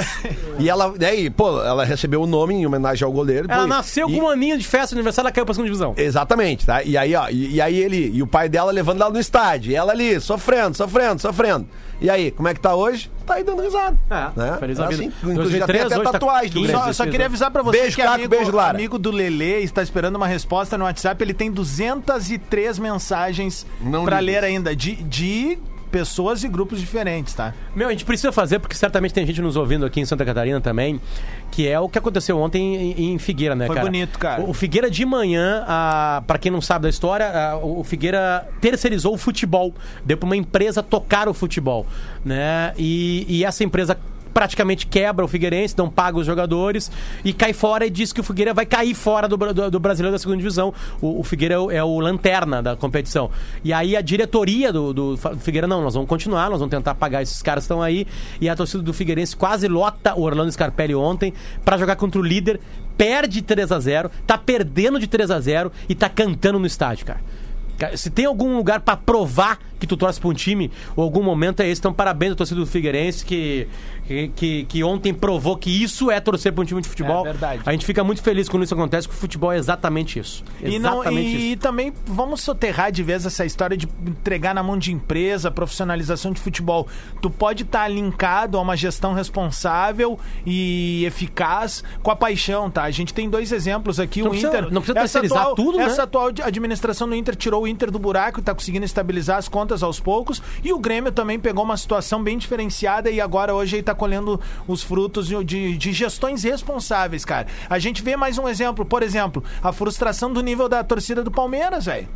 Speaker 4: E ela, daí, pô, ela recebeu o nome em homenagem ao goleiro.
Speaker 1: Ela
Speaker 4: pô, e-
Speaker 1: nasceu
Speaker 4: e-
Speaker 1: com um aninho de festa de aniversário, ela caiu pra segunda divisão.
Speaker 4: Exatamente, tá? E aí, ó, e, e aí ele, e o pai dela levando ela no estádio, e ela ali, sofrendo, sofrendo, sofrendo. E aí, como é que tá hoje? Tá aí dando risada.
Speaker 1: É,
Speaker 4: né?
Speaker 1: feliz
Speaker 4: É
Speaker 1: a vida.
Speaker 4: inclusive já tem
Speaker 1: 2003,
Speaker 4: até
Speaker 1: hoje tá
Speaker 4: tatuagem do
Speaker 1: 15.
Speaker 4: Grêmio.
Speaker 6: Só, só queria avisar pra você
Speaker 4: Beijo,
Speaker 6: que
Speaker 4: Caco,
Speaker 6: amigo,
Speaker 4: beijo, Lara.
Speaker 6: amigo do Lele está esperando uma resposta no WhatsApp. Ele tem 203 mensagens
Speaker 4: Não
Speaker 6: pra
Speaker 4: li.
Speaker 6: ler ainda de, de pessoas e grupos diferentes, tá?
Speaker 1: Meu, a gente precisa fazer, porque certamente tem gente nos ouvindo aqui em Santa Catarina também, que é o que aconteceu ontem em, em Figueira, né,
Speaker 6: Foi
Speaker 1: cara?
Speaker 6: bonito, cara.
Speaker 1: O, o Figueira de manhã, ah, pra quem não sabe da história, ah, o o Figueira terceirizou o futebol, deu pra uma empresa tocar o futebol, né? E, e essa empresa praticamente quebra o Figueirense, não paga os jogadores e cai fora e diz que o Figueira vai cair fora do, Bra- do, do Brasileiro da Segunda Divisão. O, o Figueira é o, é o lanterna da competição. E aí a diretoria do, do Fa- Figueira, não, nós vamos continuar, nós vamos tentar pagar esses caras que estão aí. E a torcida do Figueirense quase lota o Orlando Scarpelli ontem pra jogar contra o líder, perde 3 a 0 tá perdendo de 3 a 0 e tá cantando no estádio, cara. Cara, Se tem algum lugar pra provar que tu torce pra um time, ou algum momento é esse. Então, parabéns à torcida do Figueirense, que, que, que, que ontem provou que isso é torcer pra um time de futebol.
Speaker 6: É verdade.
Speaker 1: A gente fica muito feliz quando isso acontece, porque o futebol é exatamente isso.
Speaker 6: E, não,
Speaker 1: exatamente
Speaker 6: e,
Speaker 1: isso.
Speaker 6: e também vamos soterrar de vez essa história de entregar na mão de empresa, profissionalização de futebol. Tu pode estar linkado a uma gestão responsável e eficaz com a paixão, tá? A gente tem dois exemplos aqui.
Speaker 1: Não
Speaker 6: o
Speaker 1: precisa-
Speaker 6: Inter.
Speaker 1: não precisa
Speaker 6: essa
Speaker 1: terceirizar
Speaker 6: atual-
Speaker 1: tudo, né?
Speaker 6: Essa atual di- administração do Inter tirou o Inter do buraco e tá conseguindo estabilizar as contas aos poucos. E o Grêmio também pegou uma situação bem diferenciada e agora hoje ele tá colhendo os frutos de, de- de gestões responsáveis, cara. A gente vê mais um exemplo, por exemplo, a frustração do nível da torcida do Palmeiras, velho.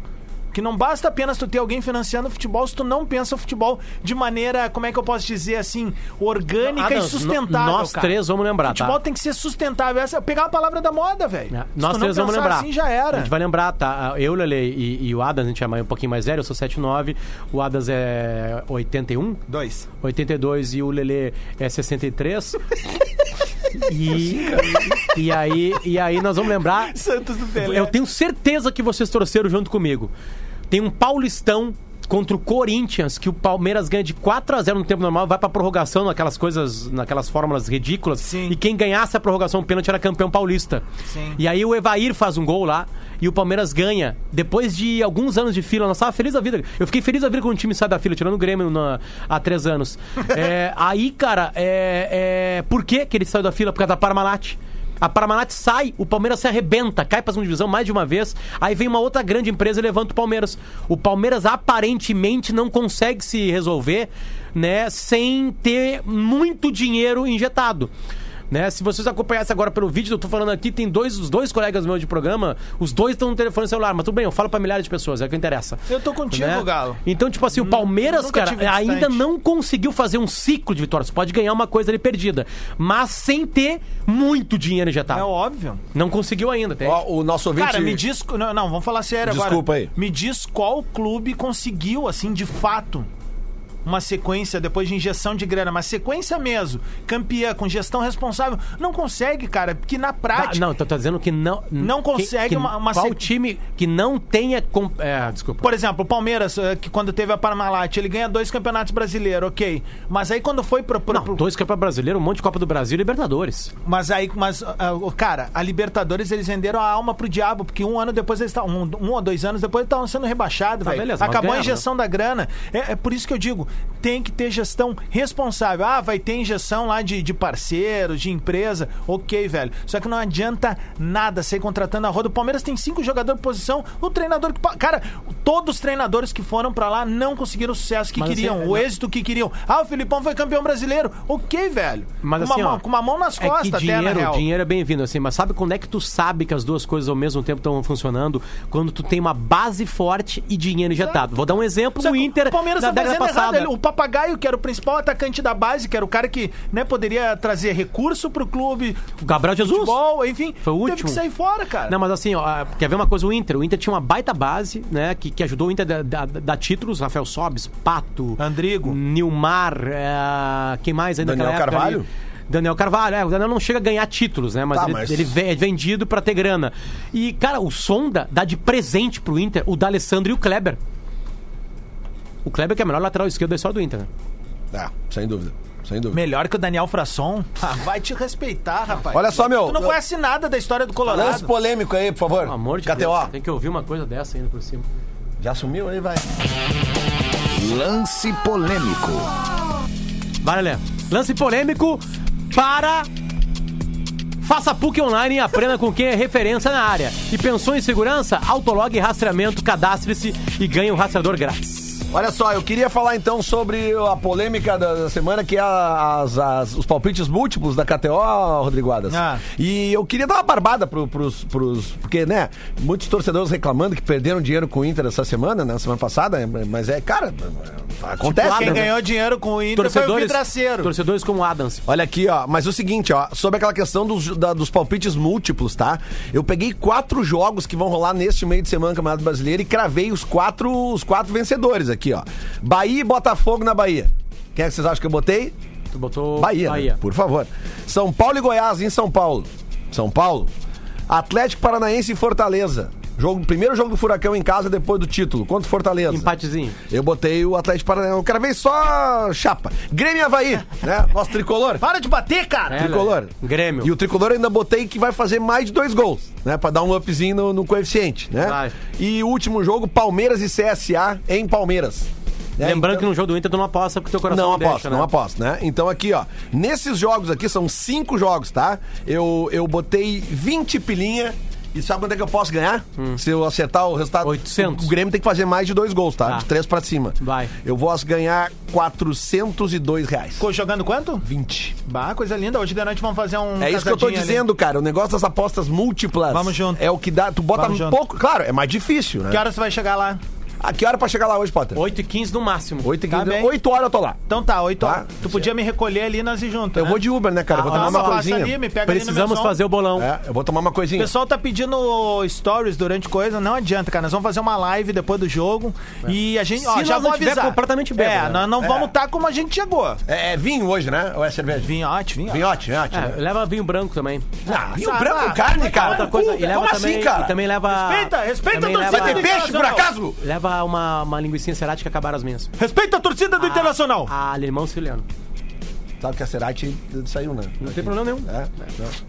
Speaker 6: Que não basta apenas tu ter alguém financiando o futebol se tu não pensa o futebol de maneira, como é que eu posso dizer assim, orgânica
Speaker 1: Ah, não,
Speaker 6: e sustentável.
Speaker 1: Nós
Speaker 6: cara.
Speaker 1: três vamos lembrar,
Speaker 6: Futebol
Speaker 1: tá?
Speaker 6: tem que ser sustentável. Essa, é pegar a palavra da moda, velho.
Speaker 1: É,
Speaker 6: Se
Speaker 1: Nós
Speaker 6: tu não
Speaker 1: três vamos
Speaker 6: pensar
Speaker 1: lembrar.
Speaker 6: Assim já
Speaker 1: A
Speaker 6: era.
Speaker 1: gente vai lembrar, tá? Eu, Lele e, e o Adas, a gente é mais- um pouquinho mais velho, eu sou 79, o Adas é 81,
Speaker 8: Dois.
Speaker 1: 82 e o Lele é 63. E,
Speaker 6: Assim,
Speaker 1: e, aí, e aí nós vamos lembrar.
Speaker 6: Santos do Pelé.
Speaker 1: Eu tenho certeza que vocês torceram junto comigo. Tem um Paulistão contra o Corinthians, que o Palmeiras ganha de 4 a 0 no tempo normal, vai pra prorrogação naquelas coisas, naquelas fórmulas ridículas.
Speaker 6: Sim.
Speaker 1: E quem ganhasse a prorrogação, o pênalti era campeão paulista.
Speaker 6: Sim.
Speaker 1: E aí o Evair faz um gol lá e o Palmeiras ganha. Depois de alguns anos de fila, nós tava feliz da vida. Eu fiquei feliz da vida quando o time sai da fila, tirando o Grêmio na- há três anos. É, aí, cara, é, é, por que, que ele saiu da fila? Por causa da Parmalat. A Parmalat sai, o Palmeiras se arrebenta, cai pra segunda divisão mais de uma vez. Aí vem uma outra grande empresa e levanta o Palmeiras. O Palmeiras aparentemente não consegue se resolver, né, sem ter muito dinheiro injetado né? Se vocês acompanhassem agora pelo vídeo, eu tô falando aqui, tem dois, os dois colegas meus de programa, os dois estão no telefone celular, mas tudo bem, eu falo pra milhares de pessoas, é o que interessa.
Speaker 6: Eu tô contigo,
Speaker 1: né?
Speaker 6: Galo. Hum,
Speaker 1: Então, tipo assim, o Palmeiras,
Speaker 6: nunca
Speaker 1: cara,
Speaker 6: tive distante.
Speaker 1: ainda não conseguiu fazer um ciclo de vitórias. Pode ganhar uma coisa ali perdida, mas sem ter muito dinheiro injetado.
Speaker 6: É óbvio.
Speaker 1: Não conseguiu ainda, tem.
Speaker 4: Ó, o nosso ouvinte.
Speaker 6: Cara, me diz. Não, não, vamos falar sério
Speaker 4: Desculpa
Speaker 6: agora.
Speaker 4: aí.
Speaker 6: Me diz qual clube conseguiu, assim, de fato, uma sequência depois de injeção de grana, mas sequência mesmo. Campeã, com gestão responsável. Não consegue, cara, porque na
Speaker 1: Tá,
Speaker 6: prática.
Speaker 1: não, tô tô dizendo que não.
Speaker 6: ah, Não
Speaker 1: que-
Speaker 6: consegue
Speaker 1: que-
Speaker 6: uma- uma
Speaker 1: Qual
Speaker 6: sequ-
Speaker 1: time que não tenha. com- É, desculpa.
Speaker 6: Por exemplo, o Palmeiras, eh, que quando teve a Parmalat, ele ganha dois campeonatos brasileiros, ok. Mas aí quando foi pro. pro-
Speaker 1: Não,
Speaker 6: pro-
Speaker 1: dois campeonatos brasileiros, um monte de Copa do Brasil e Libertadores.
Speaker 6: Mas aí, mas, ah, o- cara, a Libertadores eles venderam a alma pro diabo, porque um ano depois eles estavam. Um, um ou dois anos depois eles estavam sendo rebaixados,
Speaker 1: Tá,
Speaker 6: velho.
Speaker 1: beleza, mas
Speaker 6: Acabou a
Speaker 1: ganharam,
Speaker 6: injeção da grana. É, é por isso que eu digo: tem que ter gestão responsável. Ah, vai ter injeção lá de, de parceiros, de empresa. Ok, velho. Só que não adianta nada sair contratando a roda. O Palmeiras tem cinco jogadores por posição, o treinador que. pa- Cara, todos os treinadores que foram pra lá não conseguiram o sucesso que
Speaker 1: Mas, assim,
Speaker 6: queriam, o
Speaker 1: não-
Speaker 6: êxito que queriam. Ah, o Filipão foi campeão brasileiro. Ok, velho.
Speaker 1: Mas
Speaker 6: com,
Speaker 1: assim,
Speaker 6: uma
Speaker 1: ó,
Speaker 6: mão, com uma mão nas
Speaker 1: é
Speaker 6: costas,
Speaker 1: que
Speaker 6: até, na
Speaker 1: dinheiro,
Speaker 6: real.
Speaker 1: dinheiro é bem-vindo, assim, mas sabe quando é que tu sabe que as duas coisas ao mesmo tempo estão funcionando? Quando tu tem uma base forte e dinheiro injetado. Vou dar um exemplo,
Speaker 6: Só
Speaker 1: o
Speaker 6: que
Speaker 1: Inter
Speaker 6: o Palmeiras
Speaker 1: da
Speaker 6: tá
Speaker 1: década
Speaker 6: fazendo
Speaker 1: passada.
Speaker 6: errado. Ele- O Papagaio, que era o principal atacante da base, que era o cara que né, poderia trazer recurso pro clube,
Speaker 1: O Gabriel Jesus.
Speaker 6: futebol, enfim,
Speaker 1: Foi o
Speaker 6: teve
Speaker 1: último.
Speaker 6: que sair fora, cara.
Speaker 1: Não, mas assim, ó, ah, quer ver uma coisa? O Inter. O Inter tinha uma baita base, né? Que, que ajudou o Inter a da- da- dar títulos. Rafael Sobis, Pato.
Speaker 6: Andrigo.
Speaker 1: Nilmar. eh, quem mais ainda
Speaker 4: Daniel
Speaker 1: naquela época
Speaker 4: Carvalho?
Speaker 1: ali? Daniel Carvalho, é, o Daniel não chega a ganhar títulos, né? Mas,
Speaker 4: Tá,
Speaker 1: ele,
Speaker 4: mas-
Speaker 1: ele ve- é vendido pra ter grana. E, cara, o Sonda dá de presente pro Inter o D'Alessandro e o Kleber. O Kleber que é o melhor lateral esquerdo da história do Inter, né?
Speaker 4: Ah, sem dúvida. Sem dúvida.
Speaker 6: Melhor que o Daniel Frasson. Ah, vai te respeitar, rapaz.
Speaker 4: Olha só, meu,
Speaker 6: Tu não
Speaker 4: eu-
Speaker 6: conhece nada da história do
Speaker 4: Lance
Speaker 6: Colorado. Tipo,
Speaker 4: polêmico aí, por favor.
Speaker 1: Pelo amor de
Speaker 4: KTO.
Speaker 1: Deus. Tem que ouvir uma coisa dessa ainda por cima.
Speaker 4: Já sumiu aí, vai.
Speaker 8: Lance polêmico.
Speaker 1: Vai, Lelé. Lance polêmico para. Faça PUC online e aprenda com quem é referência na área. E pensou em segurança? Autolog rastreamento, cadastre-se e ganhe um rastreador grátis.
Speaker 4: Olha só, eu queria falar então sobre a polêmica da, da semana, que é as- as- os palpites múltiplos da KTO, Rodrigo Adas.
Speaker 6: Ah.
Speaker 4: E eu queria dar uma barbada pro, pros, pros. Porque, né, muitos torcedores reclamando que perderam dinheiro com o Inter essa semana, né, semana passada, mas é, cara, acontece.
Speaker 1: Tipo,
Speaker 4: né?
Speaker 6: Quem ganhou dinheiro com o Inter foi o
Speaker 1: Torcedores,
Speaker 6: vidraceiro.
Speaker 1: torcedores como Adams.
Speaker 4: Olha aqui, ó. Mas o seguinte, ó. Sobre aquela questão dos, da- dos palpites múltiplos, tá? Eu peguei quatro jogos que vão rolar neste meio de semana no Campeonato Brasileiro e cravei os quatro, os quatro vencedores aqui, ó. Bahia e Botafogo na Bahia. Quem é que vocês acham que eu botei?
Speaker 1: Tu botou
Speaker 4: Bahia, né? por favor. São Paulo e Goiás em São Paulo. São Paulo. Atlético Paranaense e Fortaleza. Jogo, primeiro jogo do Furacão em casa depois do título. Contra o Fortaleza.
Speaker 1: Empatezinho.
Speaker 4: Eu botei o Atlético Paranaense. Eu cravei só chapa. Grêmio e Havaí, né? Nosso tricolor.
Speaker 6: Para de bater, cara.
Speaker 1: É,
Speaker 4: Tricolor.
Speaker 1: Lelé. Grêmio.
Speaker 4: E o tricolor eu ainda botei que vai fazer mais de dois gols, né? Pra dar um upzinho no, no coeficiente, né?
Speaker 1: Vai.
Speaker 4: E o último jogo, Palmeiras e CSA em Palmeiras. né?
Speaker 1: Lembrando
Speaker 4: Então-
Speaker 1: que no jogo do Inter tu não aposta porque teu coração
Speaker 4: não aposto,
Speaker 1: deixa, né?
Speaker 4: não aposto, né? Então aqui, ó, nesses jogos aqui, são cinco jogos, tá? Eu, eu botei 20 pilinha e sabe quanto é que eu posso ganhar?
Speaker 1: Hum.
Speaker 4: Se eu acertar o resultado...
Speaker 1: 800.
Speaker 4: O Grêmio tem que fazer mais de dois gols, tá?
Speaker 1: Tá.
Speaker 4: De três pra cima.
Speaker 1: Vai.
Speaker 4: Eu posso ganhar 402 reais.
Speaker 6: Ficou jogando quanto?
Speaker 4: 20.
Speaker 6: Bah, coisa linda. Hoje de noite vamos fazer um.
Speaker 4: É isso que eu tô
Speaker 1: né?
Speaker 6: casadinho ali.
Speaker 4: dizendo, cara. O negócio das apostas múltiplas.
Speaker 6: Vamos junto.
Speaker 4: É o que dá. Tu bota
Speaker 6: Vamos junto.
Speaker 4: pouco. Claro, é mais difícil, né?
Speaker 6: Que horas você vai chegar lá?
Speaker 4: A que hora pra chegar lá hoje, Potter?
Speaker 1: 8 e 15 no máximo.
Speaker 4: 8
Speaker 6: Tá bem.
Speaker 4: horas eu tô lá.
Speaker 6: Então tá, 8
Speaker 4: Tá.
Speaker 6: horas. Tu podia me recolher ali e nós ir junto.
Speaker 4: Eu
Speaker 6: né?
Speaker 4: vou de Uber, né, cara? Eu vou
Speaker 6: Ah,
Speaker 4: tomar uma
Speaker 6: passa
Speaker 4: coisinha.
Speaker 6: ali, me pega ali no
Speaker 1: Precisamos
Speaker 6: meu som.
Speaker 1: fazer o bolão.
Speaker 4: É, eu vou tomar uma
Speaker 6: O
Speaker 4: coisinha.
Speaker 6: pessoal tá pedindo stories durante coisa, não adianta, cara. Nós vamos fazer uma live depois do jogo e a gente, ó,
Speaker 1: É. Se
Speaker 6: já
Speaker 1: nós
Speaker 6: vou
Speaker 1: não tiver
Speaker 6: avisar.
Speaker 1: completamente bêbado,
Speaker 6: é,
Speaker 1: né?
Speaker 6: nós não vamos estar como a gente chegou.
Speaker 4: É, é vinho hoje, né? Ou é cerveja?
Speaker 6: Vinhote, vinhote.
Speaker 4: Vinhote, vinhote.
Speaker 1: É,
Speaker 4: né?
Speaker 1: leva vinho branco também.
Speaker 4: Não, vinho
Speaker 6: sabe,
Speaker 4: branco,
Speaker 6: ah,
Speaker 4: carne, cara.
Speaker 1: Outra coisa, e leva
Speaker 4: Como
Speaker 1: também,
Speaker 4: assim,
Speaker 1: E
Speaker 4: cara?
Speaker 1: também leva.
Speaker 6: Respeita, respeita
Speaker 1: também
Speaker 6: a torcida
Speaker 4: Você tem
Speaker 1: leva,
Speaker 4: peixe, por acaso?
Speaker 1: leva uma, uma linguiça cerati que acabaram as minhas.
Speaker 6: Respeita a torcida do Internacional.
Speaker 1: Ah, alemão siciliano.
Speaker 4: Sabe que a Cerati saiu, né?
Speaker 1: Não tem problema nenhum.
Speaker 4: É.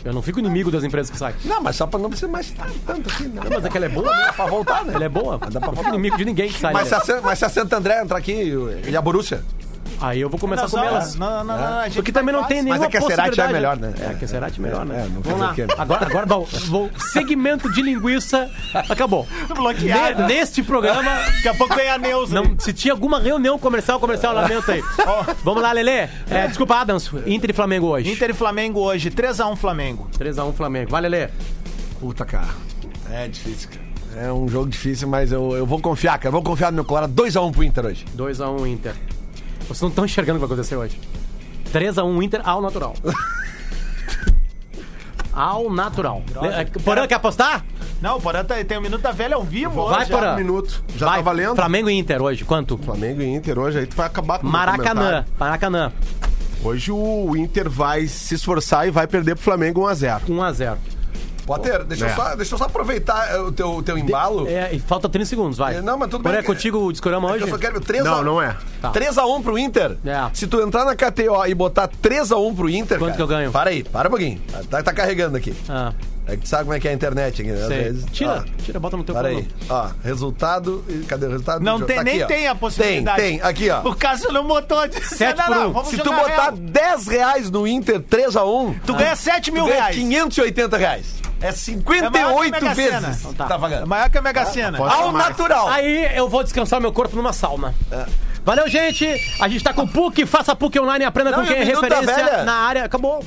Speaker 1: Eu não fico inimigo das empresas que saem.
Speaker 4: Não, mas só pra não precisar mais tá, tanto aqui, né?
Speaker 1: Mas aquela é boa, né?
Speaker 4: Pra voltar, né?
Speaker 1: Ela é boa.
Speaker 4: Dá pra
Speaker 1: Não fico
Speaker 4: falar.
Speaker 1: inimigo de ninguém que sai. né?
Speaker 4: Mas se,
Speaker 1: dela.
Speaker 4: a, San- mas se a Santo André entrar aqui e a Borussia,
Speaker 1: Aí eu vou começar a
Speaker 6: Nós
Speaker 1: comer
Speaker 6: vamos-
Speaker 1: elas. É.
Speaker 6: não, não, não, a gente tá
Speaker 1: Porque também não tem
Speaker 6: faz.
Speaker 1: nenhuma
Speaker 4: Mas é que a Cerati é
Speaker 1: possibilidade,
Speaker 4: melhor, né?
Speaker 1: É, que a Cerati é melhor, né?
Speaker 4: É, não
Speaker 1: Vamos lá.
Speaker 4: fazer o quê?
Speaker 1: Agora, agora vou, vou- Segmento de linguiça acabou.
Speaker 6: Bloqueado.
Speaker 1: Ne- neste programa,
Speaker 6: Daqui a pouco vem a Neuza.
Speaker 1: não, se tinha alguma reunião comercial, comercial, lamento aí. Vamos lá, Lelê. É, desculpa, Adams. Inter e Flamengo hoje.
Speaker 6: Inter e Flamengo hoje, 3x1 Flamengo.
Speaker 1: 3x1 Flamengo. Vai, Lelê.
Speaker 4: puta, cara. É difícil, cara. É um jogo difícil, mas eu, eu vou confiar, cara. Eu vou confiar no meu Colorado. 2x1 pro Inter hoje.
Speaker 1: 2x1 Inter. Vocês não estão enxergando o que vai acontecer hoje. 3x1 Inter ao natural. ao natural. Le- é, Porã, quer apostar?
Speaker 6: Não, o Porã tá- tem o Minuto da Velha ao vivo
Speaker 1: Vai,
Speaker 6: hoje. ó.
Speaker 1: Porã.
Speaker 8: Um minuto. Já
Speaker 1: Vai,
Speaker 8: tá valendo?
Speaker 1: Flamengo e Inter hoje. Quanto?
Speaker 8: Flamengo e Inter hoje, aí tu vai acabar com o meu
Speaker 1: Maracanã.
Speaker 8: comentário.
Speaker 1: Maracanã.
Speaker 8: Hoje o Inter vai se esforçar e vai perder pro Flamengo 1x0.
Speaker 1: 1x0.
Speaker 4: Potter, deixa, eu,
Speaker 8: É.
Speaker 4: só, deixa eu só aproveitar eh, o teu, o teu embalo.
Speaker 1: É, e falta 30 segundos, vai.
Speaker 4: É, não, mas tudo
Speaker 1: Porã,
Speaker 4: bem.
Speaker 1: é contigo o discorama
Speaker 4: Eu
Speaker 1: hoje?
Speaker 4: só quero 3
Speaker 6: um.
Speaker 8: Não, não é.
Speaker 1: Tá.
Speaker 4: 3x1 pro Inter.
Speaker 1: É.
Speaker 4: Se tu entrar na KTO e botar 3x1 pro Inter.
Speaker 1: Quanto
Speaker 4: cara,
Speaker 1: que eu ganho?
Speaker 4: Para aí, para um pouquinho. Tá, tá carregando aqui.
Speaker 1: Ah,
Speaker 4: É que tu sabe como é que é a internet aqui, né? Às
Speaker 1: sei.
Speaker 4: vezes.
Speaker 1: Tira,
Speaker 4: Ó.
Speaker 1: tira, bota no teu
Speaker 4: Para
Speaker 1: colo.
Speaker 4: aí, ó, resultado. e- Cadê o resultado? do
Speaker 6: Não
Speaker 4: jogo?
Speaker 6: tem,
Speaker 4: Tá
Speaker 6: nem
Speaker 4: aqui, ó.
Speaker 6: tem a possibilidade.
Speaker 4: Tem, tem, aqui, ó.
Speaker 6: O Cássio não botou.
Speaker 1: Sete
Speaker 6: Não,
Speaker 1: por
Speaker 6: não,
Speaker 1: um.
Speaker 6: vamos
Speaker 4: Se tu
Speaker 6: jogar
Speaker 4: botar
Speaker 6: real.
Speaker 4: 10 reais no Inter 3x1,
Speaker 6: Tu ganha 7 mil
Speaker 4: tu ganha
Speaker 6: reais.
Speaker 4: 580 reais. É
Speaker 6: maior que
Speaker 4: 58
Speaker 6: a Mega Sena.
Speaker 4: vezes.
Speaker 1: Então tá.
Speaker 4: Tá
Speaker 6: É
Speaker 4: pagando.
Speaker 6: Maior que a Mega
Speaker 1: Ah,
Speaker 6: Sena.
Speaker 8: Posso
Speaker 4: Ao
Speaker 8: chamar?
Speaker 4: natural.
Speaker 1: Aí eu vou descansar meu corpo numa sauna.
Speaker 4: É.
Speaker 1: Valeu, gente. A gente tá com o PUC. Faça PUC online e aprenda
Speaker 4: Não,
Speaker 1: com quem
Speaker 4: e
Speaker 1: é
Speaker 4: o Minuto da
Speaker 1: referência
Speaker 4: Velha?
Speaker 1: na área. Acabou.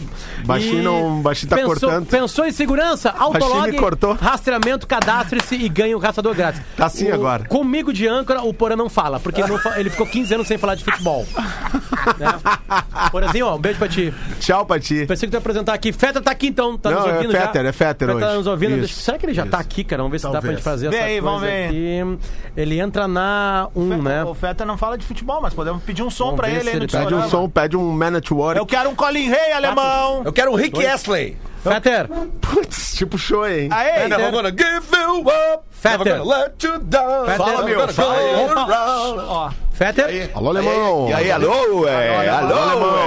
Speaker 8: Baixinho
Speaker 1: E
Speaker 8: não- baixinho tá
Speaker 1: pensou,
Speaker 8: cortando.
Speaker 1: Pensou em segurança? Autolog,
Speaker 8: me cortou.
Speaker 1: rastreamento, cadastre-se e ganha o caçador grátis.
Speaker 8: Tá assim
Speaker 1: O-
Speaker 8: agora.
Speaker 1: Comigo de âncora, o Porã não fala, porque ele, não fa- ele ficou 15 anos sem falar de futebol. né? Porãzinho, ó, um beijo pra ti.
Speaker 8: Tchau pra ti.
Speaker 1: Pensei que tu ia apresentar aqui. Feta tá aqui então, tá
Speaker 8: Não,
Speaker 1: nos
Speaker 8: é
Speaker 1: ouvindo já.
Speaker 8: Fetter, é Fetter hoje.
Speaker 1: tá nos ouvindo.
Speaker 8: Isso,
Speaker 1: Deixa- Será que ele já tá aqui, cara? Vamos ver se dá pra gente fazer
Speaker 6: Vem
Speaker 1: essa
Speaker 6: aí,
Speaker 1: coisa
Speaker 6: vamos ver.
Speaker 1: aqui. Ele entra na 1,
Speaker 6: Feta-
Speaker 1: né?
Speaker 6: O Feta não fala de futebol, mas podemos pedir um som
Speaker 1: Vamos
Speaker 6: pra
Speaker 1: ver
Speaker 6: ele
Speaker 1: se
Speaker 6: aí no
Speaker 1: ele pede
Speaker 8: Pede um
Speaker 6: discorama.
Speaker 8: som, pede um Man at Work.
Speaker 6: Eu quero um Colin Rey, alemão.
Speaker 4: Eu quero um Rick Astley.
Speaker 1: Fetter,
Speaker 8: Putz, tipo show, hein?
Speaker 6: Aê,
Speaker 4: Never gonna give you up.
Speaker 1: Fetter.
Speaker 4: Never gonna let you down.
Speaker 1: Fetter.
Speaker 4: Fala, meu.
Speaker 1: Opa.
Speaker 6: ó.
Speaker 1: Fetter,
Speaker 8: Alô, alemão. E aí, alô, é. Alô, alemão.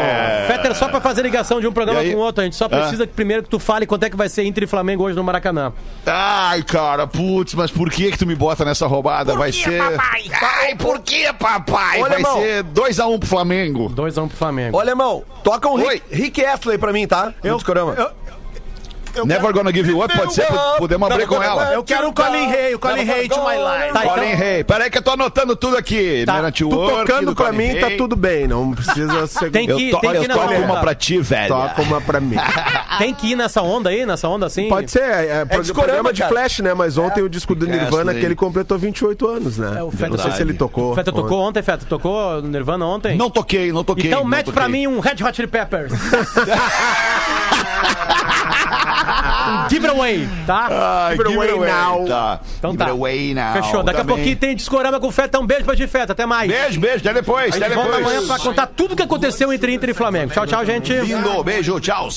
Speaker 1: Fetter, só pra fazer ligação de um programa
Speaker 8: E aí? Ah.
Speaker 1: com o outro, a gente só precisa que primeiro que tu fale quanto é que vai ser Inter e Flamengo hoje no Maracanã.
Speaker 9: Ai, cara, putz, mas por que que tu me bota nessa roubada? vai ser. Ai, por que, papai?
Speaker 4: Ô,
Speaker 9: vai
Speaker 4: alemão.
Speaker 9: ser 2x1 pro Flamengo.
Speaker 1: 2x1 pro Flamengo.
Speaker 4: Ô, alemão, toca um Rick, Rick Astley pra mim, tá? Eu, Discorama.
Speaker 9: Never gonna give you up, pode ser? Podemos abrir com ela.
Speaker 6: Eu quero o Colin Rey, o Colin Rey to my life.
Speaker 1: Tá, então-
Speaker 9: Colin Rey, peraí que eu tô anotando tudo aqui. Tá.
Speaker 8: Tu tocando pra mim, tá tudo bem. Não precisa ser.
Speaker 1: Tem
Speaker 9: Eu,
Speaker 1: que-
Speaker 9: to
Speaker 1: tem que ir
Speaker 9: eu
Speaker 1: na
Speaker 9: toco
Speaker 1: onda.
Speaker 9: uma pra ti, velho.
Speaker 8: Toca uma pra mim.
Speaker 1: Tem que ir nessa onda aí, nessa onda assim?
Speaker 8: Pode ser, é, é, pro-
Speaker 4: discorama,
Speaker 8: programa de
Speaker 4: cara.
Speaker 8: flash, né? Mas ontem o disco do
Speaker 9: Fica
Speaker 8: Nirvana,
Speaker 9: essa
Speaker 8: que ele
Speaker 9: aí.
Speaker 8: completou 28 anos, né?
Speaker 1: É, o
Speaker 8: Eu não sei
Speaker 1: Fetter-
Speaker 8: se ele tocou.
Speaker 1: Feta tocou ontem, Feta? Tocou Nirvana ontem?
Speaker 9: Não toquei, não toquei.
Speaker 1: é? Então
Speaker 9: não
Speaker 1: mete pra
Speaker 9: toquei.
Speaker 1: mim um Red Hot Chili Peppers. um giveaway, tá?
Speaker 9: Ai,
Speaker 8: Give it
Speaker 9: Ah, give it
Speaker 8: away now.
Speaker 9: Tá.
Speaker 1: Então
Speaker 9: Give
Speaker 1: tá.
Speaker 9: it away now.
Speaker 1: Fechou. Daqui a
Speaker 9: Também.
Speaker 1: pouquinho tem discorama com o Feta. Um beijo pra ti, Feta. Até mais.
Speaker 9: Beijo, beijo, até depois,
Speaker 1: A
Speaker 9: até
Speaker 1: gente volta
Speaker 9: depois.
Speaker 1: amanhã pra contar tudo o que aconteceu entre Inter e Flamengo. Tchau, tchau, gente.
Speaker 9: Lindo, beijo, tchau.